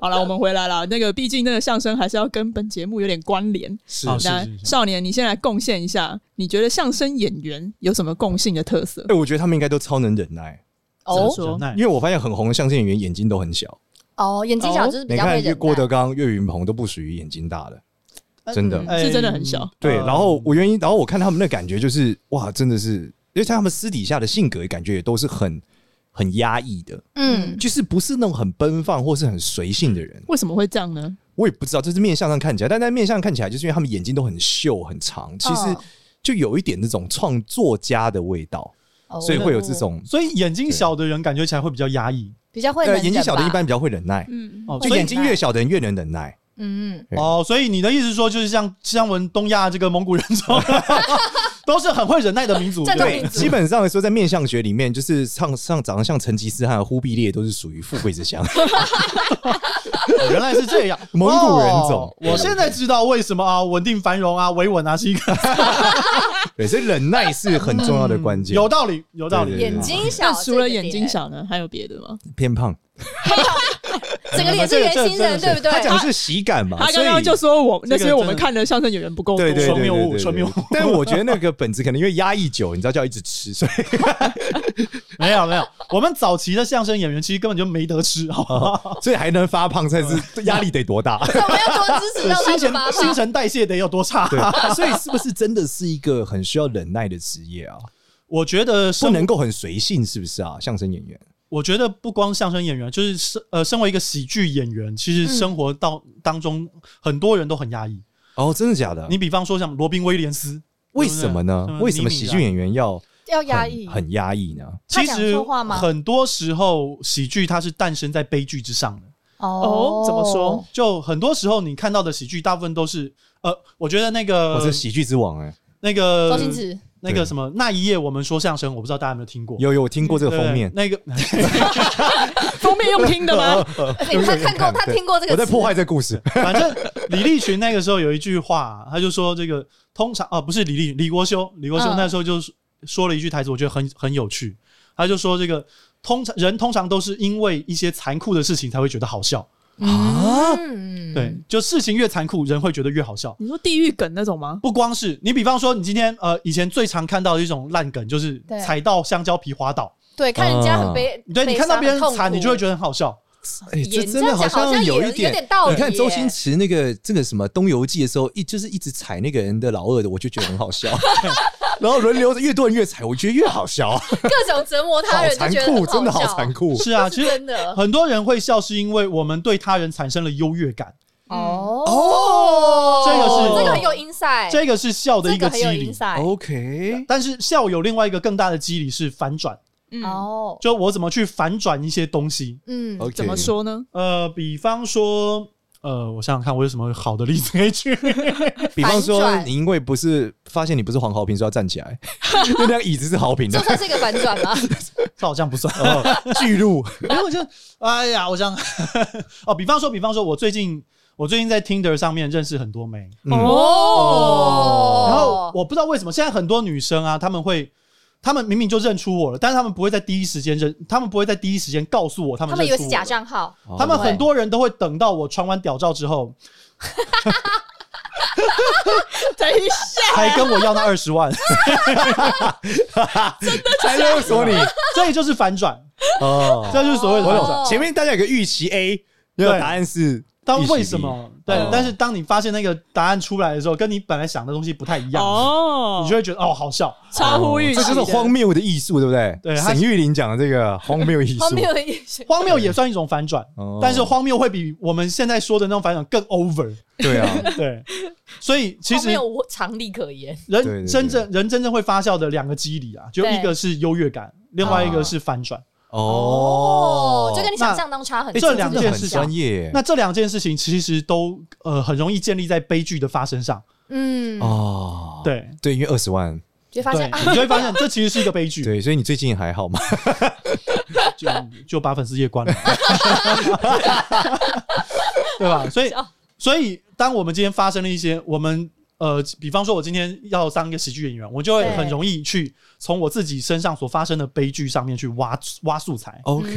[SPEAKER 1] 好了，我们回来了。那个，毕竟那个相声还是要跟本节目有点关联。
[SPEAKER 3] 是
[SPEAKER 4] 好
[SPEAKER 3] 哎、
[SPEAKER 4] 是
[SPEAKER 1] 来，少年，你先来贡献一下，你觉得相声演员有什么共性的特色？
[SPEAKER 3] 哎我觉得他们应该都超能忍耐，
[SPEAKER 2] 哦
[SPEAKER 1] 说
[SPEAKER 4] 忍耐
[SPEAKER 3] 因为我发现很红的相声演员眼睛都很小。
[SPEAKER 2] 哦，眼睛小就是比
[SPEAKER 3] 你
[SPEAKER 2] 较会
[SPEAKER 3] 看
[SPEAKER 2] 忍耐。
[SPEAKER 3] 郭德纲、岳云鹏都不属于眼睛大的，真的。
[SPEAKER 1] 嗯
[SPEAKER 4] 哎
[SPEAKER 1] 是真的很小
[SPEAKER 3] 对，
[SPEAKER 4] 呃
[SPEAKER 3] 然后我原因，然后我看他们的感觉就是，哇，真的是，因为他们私底下的性格感觉也都是很很压抑的，
[SPEAKER 2] 嗯，
[SPEAKER 3] 就是不是那种很奔放或是很随性的人。
[SPEAKER 1] 为什么会这样呢？
[SPEAKER 3] 我也不知道，这是面相上看起来，但在面相看起来，就是因为他们眼睛都很秀很长，其实
[SPEAKER 2] 哦
[SPEAKER 3] 就有一点那种创作家的味道，
[SPEAKER 2] 哦
[SPEAKER 3] 所以会有这种。
[SPEAKER 4] 所以眼睛小的人感觉起来会比较压抑
[SPEAKER 2] 比较会
[SPEAKER 3] 呃，
[SPEAKER 2] 能
[SPEAKER 3] 眼睛
[SPEAKER 2] 忍
[SPEAKER 3] 小的
[SPEAKER 2] 吧
[SPEAKER 3] 一般比较会忍耐，
[SPEAKER 1] 嗯，
[SPEAKER 4] 哦，
[SPEAKER 3] 就
[SPEAKER 4] 所以
[SPEAKER 3] 眼睛越小的人越能 忍耐。
[SPEAKER 2] 嗯嗯
[SPEAKER 3] 对
[SPEAKER 4] 哦，所以你的意思是说，就是像像我们东亚这个蒙古人种， 都是很会忍耐的民族，
[SPEAKER 2] 战斗
[SPEAKER 4] 对
[SPEAKER 2] 民族
[SPEAKER 3] 基本上来说，在面相学里面，就是上上长得像成吉思汗、忽必烈，都是属于富贵 之相。
[SPEAKER 4] 哦原来是这样，
[SPEAKER 3] 蒙古人种
[SPEAKER 4] 哦我现在知道为什么啊，稳定繁荣啊，维稳啊是一个
[SPEAKER 3] 对，所以忍耐是很重要的关键。
[SPEAKER 4] 嗯有道理，有
[SPEAKER 3] 对啊
[SPEAKER 4] 道理。
[SPEAKER 3] 对对
[SPEAKER 2] 眼睛
[SPEAKER 1] 那
[SPEAKER 2] 小这个点，
[SPEAKER 1] 除了眼睛小呢，还有别的吗？
[SPEAKER 3] 偏胖，
[SPEAKER 2] 整个脸是圆形人，对不对
[SPEAKER 3] 他？讲的是喜感嘛，
[SPEAKER 1] 他
[SPEAKER 3] 啊所
[SPEAKER 1] 刚
[SPEAKER 3] 以
[SPEAKER 1] 刚就说我，那
[SPEAKER 4] 这个
[SPEAKER 1] 是因为我们
[SPEAKER 4] 真的
[SPEAKER 1] 看的相声演员不够多。
[SPEAKER 3] 对对对
[SPEAKER 4] 说
[SPEAKER 3] 对
[SPEAKER 4] 谬误
[SPEAKER 3] 对
[SPEAKER 4] 说
[SPEAKER 3] 对
[SPEAKER 4] 谬误
[SPEAKER 3] 但我觉得那个本质可能因为压抑久，你知道就要一直吃，所以
[SPEAKER 4] 没有没有，我们早期的相声演员其实根本就没得吃，好不好？
[SPEAKER 3] 所以还能发胖，才是
[SPEAKER 2] 嗯
[SPEAKER 3] 压力得多大。
[SPEAKER 2] 那我们要多支持到
[SPEAKER 4] 新
[SPEAKER 2] 他们
[SPEAKER 4] 陈
[SPEAKER 2] 吧。
[SPEAKER 4] 新陈代谢得有多差？
[SPEAKER 3] 对，所以是不是真的是一个很需要忍耐的职业啊？
[SPEAKER 4] 我觉得生
[SPEAKER 3] 不能够很随性，是不是啊？相声演员
[SPEAKER 4] 我觉得不光相声演员，就是身呃，身为一个喜剧演员，其实生活到、当中很多人都很压抑。
[SPEAKER 3] 哦，真的假的？
[SPEAKER 4] 你比方说像罗宾威廉斯，
[SPEAKER 2] 啊
[SPEAKER 3] 为什么呢
[SPEAKER 4] 对不？对
[SPEAKER 3] 为什么喜剧演员要
[SPEAKER 2] 要
[SPEAKER 3] 很
[SPEAKER 2] 压抑，
[SPEAKER 3] 很压抑呢？
[SPEAKER 2] 他
[SPEAKER 4] 其
[SPEAKER 2] 讲
[SPEAKER 4] 实
[SPEAKER 2] 错话吗
[SPEAKER 4] 很多时候喜剧它是诞生在悲剧之上的。
[SPEAKER 1] 哦怎么说？
[SPEAKER 4] 就很多时候你看到的喜剧，大部分都是呃，我觉得那
[SPEAKER 2] 嗯
[SPEAKER 4] 个
[SPEAKER 3] 我是喜剧之王哎，
[SPEAKER 4] 那个
[SPEAKER 2] 周星驰
[SPEAKER 4] 那个什么那一夜我们说相声，我不知道大家有没有听过。
[SPEAKER 3] 有有我听过这
[SPEAKER 4] 对
[SPEAKER 3] 个封面，
[SPEAKER 4] 那个
[SPEAKER 1] 封面用听的 吗？
[SPEAKER 2] 哎他看过，他听过这个
[SPEAKER 3] 呃
[SPEAKER 2] 词，
[SPEAKER 3] 我在破坏这个故事。
[SPEAKER 4] 反正李立群那个时候有一句话，他就说这个通常啊，不是李立李国修，李国修
[SPEAKER 2] 嗯
[SPEAKER 4] 那时候就是说了一句台词，我觉得很很有趣。他就说这个通常人通常都是因为一些残酷的事情才会觉得好笑，
[SPEAKER 3] 啊
[SPEAKER 2] 嗯，
[SPEAKER 4] 对，就事情越残酷，人会觉得越好笑。
[SPEAKER 1] 你说地狱梗那种吗？
[SPEAKER 4] 不光是你，比方说你今天呃，以前最常看到的一种烂梗就是
[SPEAKER 2] 对
[SPEAKER 4] 踩到香蕉皮滑倒，
[SPEAKER 2] 对，看人家很悲，
[SPEAKER 3] 啊
[SPEAKER 4] 对你看到别人惨，你就会
[SPEAKER 2] 得
[SPEAKER 4] 觉得很 好笑。
[SPEAKER 3] 哎，
[SPEAKER 2] 也
[SPEAKER 3] 这
[SPEAKER 2] 这
[SPEAKER 3] 真的
[SPEAKER 2] 样
[SPEAKER 3] 好
[SPEAKER 2] 讲好像
[SPEAKER 3] 有
[SPEAKER 2] 也
[SPEAKER 3] 一点
[SPEAKER 2] 有点道理
[SPEAKER 3] 你看
[SPEAKER 2] 耶
[SPEAKER 3] 周星驰那个这个什么《东游记》的时候，一就是一直踩那个人的老二的，我就觉得很 好 笑。然后轮流着越多人越踩，我觉得越好笑，好
[SPEAKER 2] 各种折磨他人，就
[SPEAKER 3] 残
[SPEAKER 2] 觉得
[SPEAKER 3] 酷，
[SPEAKER 2] 很
[SPEAKER 3] 真的好
[SPEAKER 2] 笑
[SPEAKER 3] 残，酷。
[SPEAKER 4] 是啊，
[SPEAKER 2] 是
[SPEAKER 4] 其实
[SPEAKER 2] 真的
[SPEAKER 1] 哦
[SPEAKER 4] 很多人会笑，是因为我们对他人产生了优越感，
[SPEAKER 2] 哦
[SPEAKER 3] 哦
[SPEAKER 4] 这个是
[SPEAKER 2] 这个很有 insight，
[SPEAKER 4] 这个是笑的一
[SPEAKER 2] 这个
[SPEAKER 4] 机
[SPEAKER 2] 很有
[SPEAKER 4] 理。
[SPEAKER 3] 哦
[SPEAKER 2] insight，
[SPEAKER 3] OK，
[SPEAKER 4] 但是笑有另外一个更大的机理是反转，
[SPEAKER 1] 嗯，
[SPEAKER 2] 哦，
[SPEAKER 4] 就我怎么去反转一些东西。
[SPEAKER 2] 嗯，
[SPEAKER 3] OK
[SPEAKER 1] 怎么说呢？
[SPEAKER 4] 呃，比方说，呃，我想想看，我有什么好的例子可以举？
[SPEAKER 3] 比方
[SPEAKER 2] 反
[SPEAKER 3] 说，
[SPEAKER 2] 转
[SPEAKER 3] 你因为不是发现你不是黄豪平，所以要站起来， 因为那张椅子是豪平
[SPEAKER 2] 这
[SPEAKER 3] 的，
[SPEAKER 2] 算是一个反转吗？
[SPEAKER 4] 这好像不算。
[SPEAKER 3] 巨鹿。
[SPEAKER 4] 哎，我就哎呀，我想 哦，比方说，比方说，我最近我最近在 Tinder 上面认识很多妹，
[SPEAKER 3] 嗯
[SPEAKER 1] 哦
[SPEAKER 2] 哦
[SPEAKER 4] 然后我不知道为什么现在很多女生啊，她们会。她们明明就认出我了，但是她们不会在第一时间认，她们不会在第一时间告诉我，她
[SPEAKER 2] 他
[SPEAKER 4] 们
[SPEAKER 2] 们
[SPEAKER 4] 认
[SPEAKER 2] 以
[SPEAKER 4] 出
[SPEAKER 2] 为是
[SPEAKER 4] 我
[SPEAKER 2] 假账号，
[SPEAKER 4] 他们
[SPEAKER 3] 哦
[SPEAKER 4] 很多人都会等到我穿完屌照 之后，
[SPEAKER 1] 等一下，
[SPEAKER 4] 才跟我要那二十万，
[SPEAKER 3] 才勒索你
[SPEAKER 4] 这就是反转，
[SPEAKER 3] 哦。
[SPEAKER 4] 这就是所谓的
[SPEAKER 3] 我
[SPEAKER 4] 反
[SPEAKER 2] 哦
[SPEAKER 4] 转。
[SPEAKER 3] 懂，前面大家有个预期 A，
[SPEAKER 4] 对
[SPEAKER 3] 那个答案是，
[SPEAKER 4] 但为什？么？对
[SPEAKER 3] 哦，
[SPEAKER 4] 但是当你发现那个答案出来的时候，跟你本来想的东西不太一样，
[SPEAKER 1] 哦，
[SPEAKER 4] 你就会觉得哦，好笑。
[SPEAKER 1] 超乎预期
[SPEAKER 3] 这
[SPEAKER 1] 的，
[SPEAKER 3] 就是荒谬的艺术，对不对？
[SPEAKER 4] 对他
[SPEAKER 3] 沈玉琳讲的这个荒谬艺术，
[SPEAKER 2] 荒谬的意思。
[SPEAKER 4] 荒谬也算一种反转
[SPEAKER 3] 哦，
[SPEAKER 4] 但是荒谬会比我们现在说的那种反转更 over。
[SPEAKER 3] 对啊，
[SPEAKER 4] 对，所以其实
[SPEAKER 2] 没有常理可言，
[SPEAKER 3] 对对
[SPEAKER 4] 人
[SPEAKER 3] 对
[SPEAKER 4] 真正人真正会发笑的两个机理啊，就
[SPEAKER 2] 对
[SPEAKER 4] 一个是优越感，另外一
[SPEAKER 3] 啊
[SPEAKER 4] 个是反转。
[SPEAKER 3] 哦，
[SPEAKER 2] 就跟你想象当差很多。
[SPEAKER 4] 那这两
[SPEAKER 3] 真
[SPEAKER 4] 件
[SPEAKER 3] 的
[SPEAKER 4] 事
[SPEAKER 3] 很
[SPEAKER 4] 情
[SPEAKER 3] 专业
[SPEAKER 4] 那这两件事情其实都呃很容易建立在悲剧的发生上。
[SPEAKER 2] 嗯，
[SPEAKER 3] 哦。
[SPEAKER 4] 对，
[SPEAKER 3] 对，因为二十万，
[SPEAKER 2] 就发
[SPEAKER 4] 对
[SPEAKER 2] 现啊，，
[SPEAKER 4] 你就会发现这其实是一 个悲剧，
[SPEAKER 3] 对，所以你最近还好吗？
[SPEAKER 4] 就就把粉丝页关了， 对吧？所以
[SPEAKER 2] 笑，
[SPEAKER 4] 所以当我们今天发生了一些，我们呃，比方说，我今天要当一个喜剧演员，我就会
[SPEAKER 2] 对
[SPEAKER 4] 很容易去从我自己身上所发生的悲剧上面去挖挖素材。
[SPEAKER 2] 嗯
[SPEAKER 3] OK，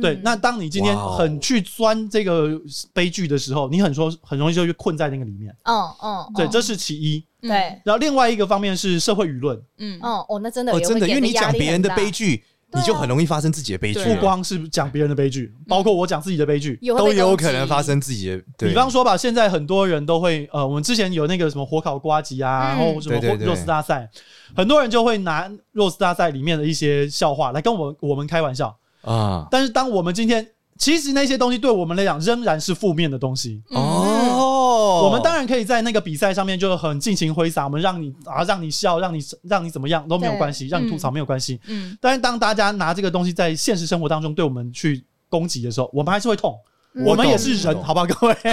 [SPEAKER 4] 对，那当你今天
[SPEAKER 3] 哇哦
[SPEAKER 4] 很去钻这个悲剧的时候，你很说很容易就会困在那个里面。
[SPEAKER 2] 嗯嗯，
[SPEAKER 4] 对，这是其一。
[SPEAKER 1] 嗯
[SPEAKER 2] 对，
[SPEAKER 4] 然后另外一个方面是社会舆论，
[SPEAKER 1] 嗯，
[SPEAKER 2] 嗯哦，那真的
[SPEAKER 3] 哦，真的，因为你讲别人的悲，剧，
[SPEAKER 2] 对啊
[SPEAKER 3] 你就很容易发生自己的悲剧
[SPEAKER 4] 不
[SPEAKER 2] 对
[SPEAKER 3] 了，
[SPEAKER 4] 光是讲别人的悲剧，包括我讲自己的悲剧。
[SPEAKER 2] 也会被
[SPEAKER 3] 都有
[SPEAKER 2] 攻击
[SPEAKER 3] 可能发。生自己的。对
[SPEAKER 4] 啊比方说吧，现在很多人都会，呃，我们之前有那个什么火烤瓜吉啊，然
[SPEAKER 2] 嗯
[SPEAKER 4] 后什么
[SPEAKER 3] 对对对
[SPEAKER 4] rose 大赛，很多人就会拿 rose 大赛里面的一些笑话来跟我们我们开玩笑。
[SPEAKER 3] 啊，
[SPEAKER 4] 但是当我们今天，其实那些东西对我们来讲仍然是负面的东西。
[SPEAKER 3] 哦，
[SPEAKER 4] 我们当然可以在那个比赛上面就很尽情挥洒，我们让你啊，让你笑，让你让你怎么样都没有
[SPEAKER 2] 对
[SPEAKER 4] 关系，让你吐槽没有关系。
[SPEAKER 1] 嗯，
[SPEAKER 4] 但是当大家拿这个东西在现实生活当中对我们去攻击的时候，我们还是会痛，
[SPEAKER 2] 嗯
[SPEAKER 4] 我们也是
[SPEAKER 3] 我
[SPEAKER 4] 人，
[SPEAKER 3] 懂
[SPEAKER 4] 好吧，各位。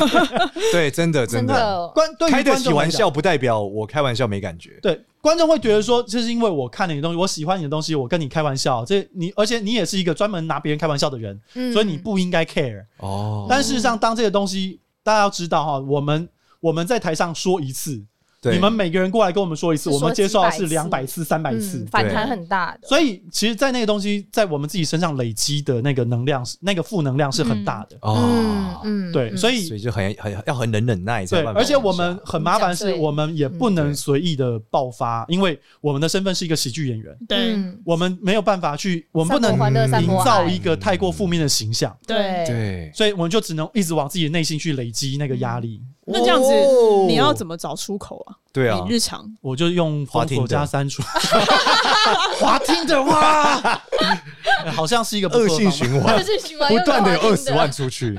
[SPEAKER 3] 对，真的真
[SPEAKER 2] 真
[SPEAKER 3] 的，
[SPEAKER 2] 的，
[SPEAKER 4] 观对于
[SPEAKER 3] 开得
[SPEAKER 4] 观
[SPEAKER 3] 起
[SPEAKER 4] 众来
[SPEAKER 3] 玩
[SPEAKER 4] 讲
[SPEAKER 3] 笑不代表我开玩笑没感觉。
[SPEAKER 4] 对，观众会觉得说，这是因为我看了你的东西，我喜欢你的东西，我跟你开玩笑，这你而且你也是一个专门拿别人开玩笑的人，
[SPEAKER 2] 嗯
[SPEAKER 4] 所以你不应该 care。
[SPEAKER 3] 哦，
[SPEAKER 4] 但事实上，当这个东西大家要知道哈，我们我们在台上说一次，
[SPEAKER 3] 对
[SPEAKER 4] 你们每个人过来跟我们说一次，
[SPEAKER 2] 是
[SPEAKER 4] 我
[SPEAKER 2] 说
[SPEAKER 4] 们接受的是
[SPEAKER 2] 几
[SPEAKER 4] 两
[SPEAKER 2] 百
[SPEAKER 4] 百次、三百次
[SPEAKER 2] 嗯。反弹很大的，
[SPEAKER 4] 所以，其实，在那个东西在我们自己身上累积的那个能量是，那个负能量是很大的。
[SPEAKER 3] 哦，
[SPEAKER 2] 嗯
[SPEAKER 4] 对，所以
[SPEAKER 3] 所以就很很要很能忍耐才
[SPEAKER 4] 对
[SPEAKER 3] 有，办法
[SPEAKER 4] 而且
[SPEAKER 3] 玩
[SPEAKER 4] 我
[SPEAKER 3] 笑
[SPEAKER 4] 们很麻烦，
[SPEAKER 2] 你
[SPEAKER 4] 是
[SPEAKER 2] 讲对
[SPEAKER 4] 我们也不能
[SPEAKER 3] 嗯
[SPEAKER 4] 随意的爆发，因为我们的身份是一个喜剧演员，
[SPEAKER 1] 对
[SPEAKER 2] 嗯
[SPEAKER 4] 我们没有办法去，我们不
[SPEAKER 2] 散播欢
[SPEAKER 4] 能
[SPEAKER 2] 乐，散
[SPEAKER 4] 营
[SPEAKER 2] 播
[SPEAKER 4] 造
[SPEAKER 2] 爱
[SPEAKER 4] 一个太过负面的形象，
[SPEAKER 1] 对。
[SPEAKER 3] 对
[SPEAKER 4] 所以我们就只能一直往自己的内心去累积那个压力。
[SPEAKER 2] 嗯
[SPEAKER 1] 那这样子
[SPEAKER 3] 哦，
[SPEAKER 1] 你要怎么找出口啊？
[SPEAKER 3] 对啊
[SPEAKER 1] 你，日常
[SPEAKER 4] 我就用
[SPEAKER 3] 滑
[SPEAKER 4] 封
[SPEAKER 3] 听
[SPEAKER 4] 锁
[SPEAKER 3] 的
[SPEAKER 4] 加删除，滑听的哇， 哎好像是一个不
[SPEAKER 3] 恶
[SPEAKER 4] 错
[SPEAKER 3] 性
[SPEAKER 4] 的方法。
[SPEAKER 3] 循环
[SPEAKER 2] 就，是循环
[SPEAKER 3] 不断的有
[SPEAKER 2] 又
[SPEAKER 3] 二
[SPEAKER 2] 是
[SPEAKER 3] 十
[SPEAKER 2] 环
[SPEAKER 3] 万出去，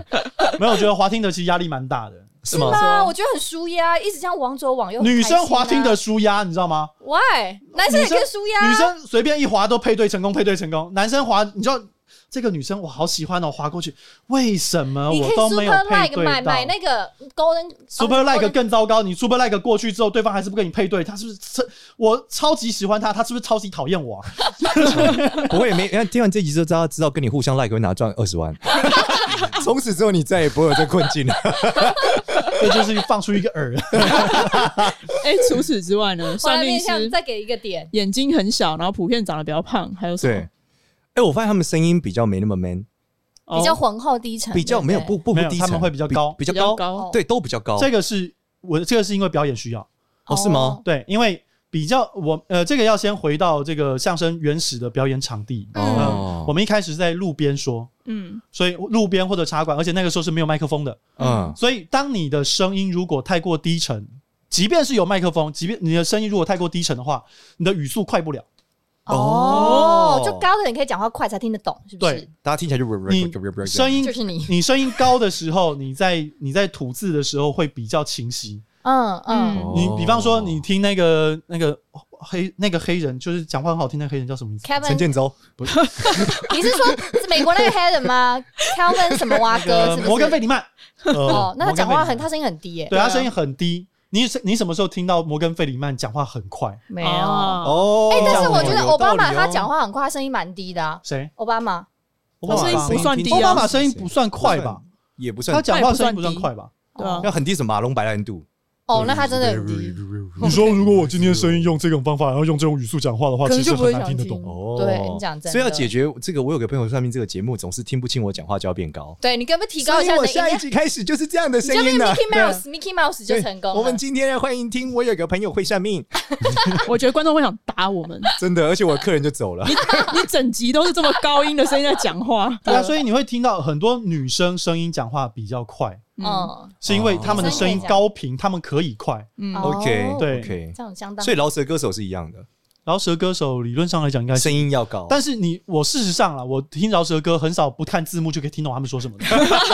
[SPEAKER 4] 没有，我觉得滑听的其实压力蛮大的。
[SPEAKER 2] 是
[SPEAKER 4] 是吗？
[SPEAKER 2] 吗？啊我觉得很舒压，一直这样往左往右、很
[SPEAKER 4] 女
[SPEAKER 2] 开心啊
[SPEAKER 4] 生滑听的舒压，你知道吗？
[SPEAKER 2] why，男生也可以舒压，啊
[SPEAKER 4] 女生随便一滑都配对成功，配对成功。男生滑，你知道这个女生我好喜欢哦，滑过去，为什么
[SPEAKER 2] 你可
[SPEAKER 4] 我
[SPEAKER 2] 以
[SPEAKER 4] 都没有
[SPEAKER 2] super
[SPEAKER 4] 配
[SPEAKER 2] like
[SPEAKER 4] 对
[SPEAKER 2] 买
[SPEAKER 4] 到
[SPEAKER 2] 买那个 golden 哦
[SPEAKER 4] ？Super like
[SPEAKER 2] golden-
[SPEAKER 4] 更糟糕，你 Super like 过去之后，对方还是不跟你配对，他是不是？我超级喜欢他，他是不是超级讨厌我啊？
[SPEAKER 3] 不会，没，因为听完这集之后，大家知道跟你互相 like 会拿赚二十万， 从此之后你再也不会有这困境了。
[SPEAKER 4] 这就是放出一个饵。
[SPEAKER 1] 哎、除此之外呢，
[SPEAKER 2] 花
[SPEAKER 1] 算
[SPEAKER 2] 了
[SPEAKER 1] 命
[SPEAKER 2] 面相
[SPEAKER 1] 师
[SPEAKER 2] 再给一个点，
[SPEAKER 1] 眼睛很小，然后普遍长得比较胖，还有什么？
[SPEAKER 3] 对，哎、我发现他们声音比较没那么 man，
[SPEAKER 1] 哦
[SPEAKER 2] 比较浑厚低沉，
[SPEAKER 3] 比较
[SPEAKER 2] 对
[SPEAKER 3] 没有
[SPEAKER 2] 对
[SPEAKER 3] 不不
[SPEAKER 4] 没有
[SPEAKER 3] 低
[SPEAKER 4] 他
[SPEAKER 3] 沉，
[SPEAKER 4] 们会比较高
[SPEAKER 1] 比
[SPEAKER 3] 比较高，
[SPEAKER 2] 哦
[SPEAKER 1] 高。
[SPEAKER 3] 对，都比较高。
[SPEAKER 4] 这个是我这个是因为表演需要。
[SPEAKER 3] 哦是吗？
[SPEAKER 4] 对，因为比较我呃，这个要先回到这个相声原始的表演场地。
[SPEAKER 2] 嗯
[SPEAKER 3] 哦
[SPEAKER 4] 嗯，我们一开始是在路边说，
[SPEAKER 1] 嗯，
[SPEAKER 4] 所以路边或者茶馆，而且那个时候是没有麦克风的，
[SPEAKER 3] 嗯，
[SPEAKER 4] 所以当你的声音如果太过低沉，即便是有麦克风，即便你的声音如果太过低沉的话，你的语速快不了。
[SPEAKER 3] 哦
[SPEAKER 2] 哦，就高的人可以讲话快才听得懂，是不是
[SPEAKER 4] 对？
[SPEAKER 3] 大家听起来就
[SPEAKER 4] 你声音
[SPEAKER 2] 就是你，
[SPEAKER 4] 你声音高的时候，你在你在吐字的时候会比较清晰。
[SPEAKER 2] 嗯嗯，
[SPEAKER 1] 嗯
[SPEAKER 4] 你比方说，
[SPEAKER 3] 哦
[SPEAKER 4] 你听那个那个黑那个黑人，就是讲话很好听的黑人叫什么名字？
[SPEAKER 3] 陈
[SPEAKER 2] Kevin，
[SPEAKER 3] 建州
[SPEAKER 2] 你是说是美国那个黑人吗？Calvin 什么蛙哥
[SPEAKER 4] 呃，
[SPEAKER 2] 是不是？
[SPEAKER 4] 摩根费 里曼。
[SPEAKER 2] 哦
[SPEAKER 4] 哦，
[SPEAKER 2] 那他讲话很，
[SPEAKER 4] 摩根费里曼
[SPEAKER 2] 他声音很低耶，
[SPEAKER 4] 对他
[SPEAKER 1] 对啊
[SPEAKER 4] 声音很低。你是你什么时候听到摩根费里曼讲话很快？
[SPEAKER 2] 没
[SPEAKER 1] 啊
[SPEAKER 3] 哦
[SPEAKER 2] 哎，但是我觉得
[SPEAKER 3] 有道理哦
[SPEAKER 2] 奥巴马他讲话很快，他声音蛮低的啊。
[SPEAKER 4] 谁？
[SPEAKER 2] 奥巴马
[SPEAKER 3] 奥
[SPEAKER 2] 哦
[SPEAKER 4] 哦
[SPEAKER 3] 巴马
[SPEAKER 1] 他声音不算低啊
[SPEAKER 4] 奥巴马声音不算快吧？
[SPEAKER 3] 也不
[SPEAKER 4] 他
[SPEAKER 3] 算，
[SPEAKER 4] 讲话声音不算快吧？
[SPEAKER 1] 对啊
[SPEAKER 3] 要很低，什么马龙白兰度？
[SPEAKER 2] 哦，那他真的很低，
[SPEAKER 4] 你说，如果我今天声音用这种方法，然后用这种语速讲话的话
[SPEAKER 2] 可能就不会想听。
[SPEAKER 3] 哦，
[SPEAKER 2] 对你讲真的
[SPEAKER 3] 所以要解决这个，我有个朋友算命，这个节目总是听不清我讲话就要变高。
[SPEAKER 2] 对你可不可以提高一下你
[SPEAKER 3] 所以
[SPEAKER 2] 的
[SPEAKER 3] 我
[SPEAKER 2] 音量
[SPEAKER 3] 下一集开始就是这样的
[SPEAKER 2] 你
[SPEAKER 3] 声
[SPEAKER 2] 就变
[SPEAKER 3] 音了。啊
[SPEAKER 2] Mickey Mouse，Mickey Mouse 就
[SPEAKER 3] 对
[SPEAKER 2] 成功了。
[SPEAKER 3] 我们今天要欢迎听，我有个朋友会算命，
[SPEAKER 1] 我觉得观众会想打我们。
[SPEAKER 3] 真的，而且我客人就走了。
[SPEAKER 1] 你整集都是这么高音的声音在讲话，
[SPEAKER 4] 对啊，所以你会听到很多女生声音讲话比较快，
[SPEAKER 1] 嗯
[SPEAKER 2] 嗯，
[SPEAKER 4] 是因为她们的声音高频，她们可以快。
[SPEAKER 1] 嗯，
[SPEAKER 2] 哦
[SPEAKER 3] OK，
[SPEAKER 4] 对
[SPEAKER 3] OK，
[SPEAKER 2] 这样相当
[SPEAKER 3] 所以饶舌歌手是一样的，
[SPEAKER 4] 饶舌歌手理论上来讲应该是，
[SPEAKER 3] 声音要高，
[SPEAKER 4] 但是你我事实上啦，我听饶舌歌很少不看字幕就可以听懂他们说什么的，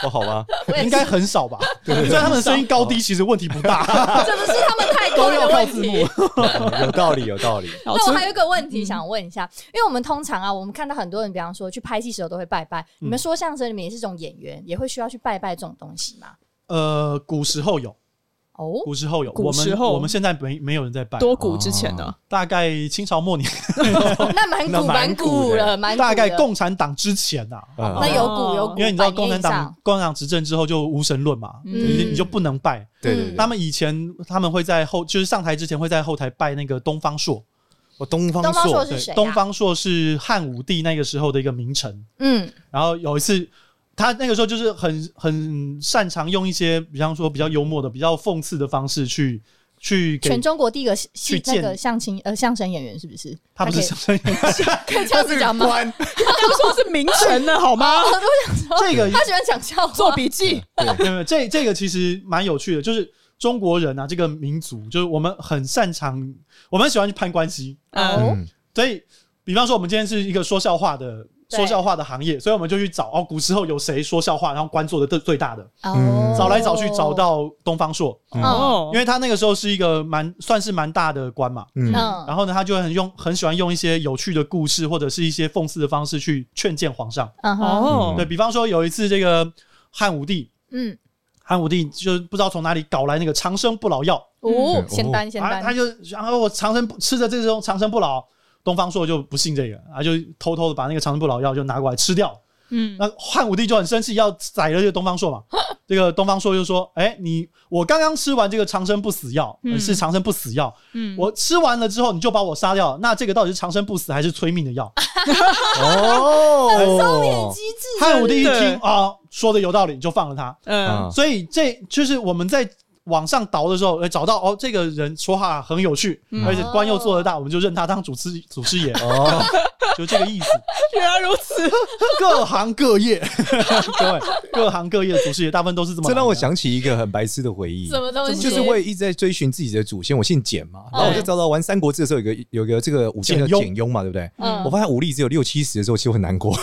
[SPEAKER 3] 不哦好吗？
[SPEAKER 2] 我也
[SPEAKER 4] 应
[SPEAKER 2] 是
[SPEAKER 4] 该很少吧？ 对，所以他们的声音高低其实问题不 大，
[SPEAKER 2] 这不是他们太
[SPEAKER 4] 都
[SPEAKER 2] 多
[SPEAKER 4] 要
[SPEAKER 2] 的
[SPEAKER 4] 靠
[SPEAKER 2] 问
[SPEAKER 4] 字
[SPEAKER 2] 题。
[SPEAKER 4] 幕。
[SPEAKER 3] 哦有道理，有道理。
[SPEAKER 1] 好
[SPEAKER 2] 那我
[SPEAKER 1] 吃
[SPEAKER 2] 还有一个问题想问一下，因为我们通常啊，我们看到很多人，比方说去拍戏时候都会拜拜。你们说相声里面也是这种演员，也会需要去拜拜这种东西吗？
[SPEAKER 4] 呃，古时候有，
[SPEAKER 2] 哦，
[SPEAKER 4] 古时候有，我
[SPEAKER 1] 古时
[SPEAKER 4] 们
[SPEAKER 1] 候
[SPEAKER 4] 我们现在没没有人在拜，
[SPEAKER 1] 多古之前的
[SPEAKER 3] 哦
[SPEAKER 4] 大概清朝末年，
[SPEAKER 2] 那蛮
[SPEAKER 3] 那
[SPEAKER 2] 古
[SPEAKER 3] 蛮
[SPEAKER 2] 蛮
[SPEAKER 3] 古
[SPEAKER 2] 古
[SPEAKER 3] 的
[SPEAKER 2] 了，蛮古的
[SPEAKER 4] 大概共产党之前呐，
[SPEAKER 3] 嗯
[SPEAKER 2] 那有古有古，
[SPEAKER 4] 因为你知道
[SPEAKER 2] 百年
[SPEAKER 4] 共产
[SPEAKER 2] 以上
[SPEAKER 4] 党共产党执政之后就无神论嘛，
[SPEAKER 1] 嗯
[SPEAKER 4] 你你就不能拜。
[SPEAKER 3] 对对
[SPEAKER 4] 他
[SPEAKER 3] 对，
[SPEAKER 4] 们以前他们会在后，就是上台之前会在后台拜那个东方朔。
[SPEAKER 3] 我东方
[SPEAKER 2] 东方
[SPEAKER 3] 朔
[SPEAKER 2] 朔是谁啊？
[SPEAKER 4] 东方朔是汉武帝那个时候的一个名臣，
[SPEAKER 2] 嗯
[SPEAKER 4] 然后有一次。他那个时候就是很很擅长用一些，比方说比较幽默的、比较讽刺的方式去去给
[SPEAKER 2] 全中国第一个戏
[SPEAKER 4] 去
[SPEAKER 2] 戏
[SPEAKER 4] 见
[SPEAKER 2] 那个相亲呃相声演员是不是？
[SPEAKER 4] 他不是
[SPEAKER 2] 可
[SPEAKER 4] 什么
[SPEAKER 2] 以可以这样子讲吗？
[SPEAKER 3] 官，
[SPEAKER 1] 刚说是名臣呢，好 吗？
[SPEAKER 2] 我都想说，
[SPEAKER 4] 这个
[SPEAKER 2] 他喜欢讲笑
[SPEAKER 1] 做
[SPEAKER 2] 话，
[SPEAKER 1] 笔记，
[SPEAKER 4] 没有没有这这个其实蛮有趣的，就是中国人啊这个民族，就是我们很擅长，我们很喜欢去攀关系，
[SPEAKER 2] 哦
[SPEAKER 1] 嗯，
[SPEAKER 3] 嗯
[SPEAKER 4] 所以，比方说，我们今天是一个说笑话的
[SPEAKER 2] 对
[SPEAKER 4] 说笑话的行业，所以我们就去找哦，古时候有谁说笑话，然后官做的最最大的，
[SPEAKER 2] 哦
[SPEAKER 3] 嗯
[SPEAKER 4] 找来找去找到东方朔，
[SPEAKER 2] 嗯
[SPEAKER 1] 哦
[SPEAKER 4] 因，为他那个时候是一个蛮算是蛮大的官嘛。
[SPEAKER 3] 嗯，
[SPEAKER 2] 嗯
[SPEAKER 4] 然后呢，他就很用很喜欢用一些有趣的故事或者是一些讽刺的方式去劝谏皇上。
[SPEAKER 2] 嗯哼
[SPEAKER 1] 哦
[SPEAKER 4] 对，比方说，有一次这个汉武帝，
[SPEAKER 2] 嗯
[SPEAKER 4] 汉武帝就不知道从哪里搞来那个长生不老药，
[SPEAKER 2] 哦
[SPEAKER 3] 嗯，
[SPEAKER 2] 仙丹仙
[SPEAKER 4] 啊，他
[SPEAKER 2] 丹，
[SPEAKER 4] 就然后我长生不吃着这种长生不老，东方朔就不信这个，啊，就偷偷的把那个长生不老药就拿过来吃掉。
[SPEAKER 1] 嗯，
[SPEAKER 4] 那汉武帝就很生气，要宰了这个东方朔 嘛。这个东方朔就说：“哎、你我刚刚吃完这个长生不死药，呃
[SPEAKER 1] 嗯
[SPEAKER 4] 是长生不死药，
[SPEAKER 1] 嗯
[SPEAKER 2] 哦
[SPEAKER 4] 我吃完了之后你就把我杀掉，那这个到底是长生不死还是催命的
[SPEAKER 1] 啊
[SPEAKER 4] 药
[SPEAKER 3] 哦，
[SPEAKER 2] 机智？”
[SPEAKER 4] 汉武帝一听
[SPEAKER 1] 真的
[SPEAKER 4] 啊，说的有道理，就放了他。
[SPEAKER 1] 嗯
[SPEAKER 3] 啊
[SPEAKER 4] 所以这就是我们在往上倒的时候，呃，找到哦，这个人说话很有趣，
[SPEAKER 1] 嗯
[SPEAKER 4] 而且官又做得大，我们就认他当祖师祖师爷，
[SPEAKER 3] 哦，
[SPEAKER 4] 就这个意思。
[SPEAKER 1] 原来如此，
[SPEAKER 4] 各行各业， 各位，各行各业的祖师爷大部分都是这么来的。
[SPEAKER 3] 这让我想起一个很白痴的回忆，
[SPEAKER 2] 什么东西？
[SPEAKER 3] 就是我也一直在追寻自己的祖先，我姓简嘛，然后我就找到玩三国志的时候，有个有个这个武将叫
[SPEAKER 4] 简雍
[SPEAKER 3] 简雍嘛，对不对？
[SPEAKER 2] 嗯
[SPEAKER 3] 我发现武力只有六七十的时候，其实我很难过。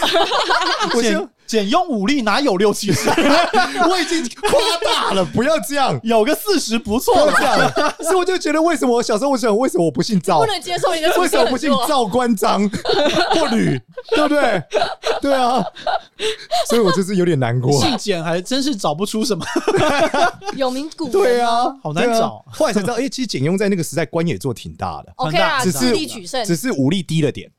[SPEAKER 3] 我
[SPEAKER 4] 简
[SPEAKER 3] 就
[SPEAKER 4] 简用武力哪有六七十？
[SPEAKER 3] 我已经夸大了，不要这样，
[SPEAKER 4] 有个四十不
[SPEAKER 3] 不
[SPEAKER 4] 错
[SPEAKER 3] 要
[SPEAKER 4] 了。
[SPEAKER 3] 这样。 所以我就觉得，为什么我小时候我想，为什么我不姓赵
[SPEAKER 2] 不？能接受你的
[SPEAKER 3] 为什么不姓
[SPEAKER 2] 进
[SPEAKER 3] 赵关张 或吕？对不对？对啊，所以我就是有点难过。
[SPEAKER 4] 姓简还真是找不出什么。
[SPEAKER 2] 有名古人
[SPEAKER 3] 对啊，
[SPEAKER 4] 好难找
[SPEAKER 3] 对啊后来才知道，哎、其实简雍在那个时代官也做挺大的，
[SPEAKER 2] ，OK 啊啦，
[SPEAKER 3] 只是
[SPEAKER 2] 就哦地取胜，
[SPEAKER 3] 只是武力低了点。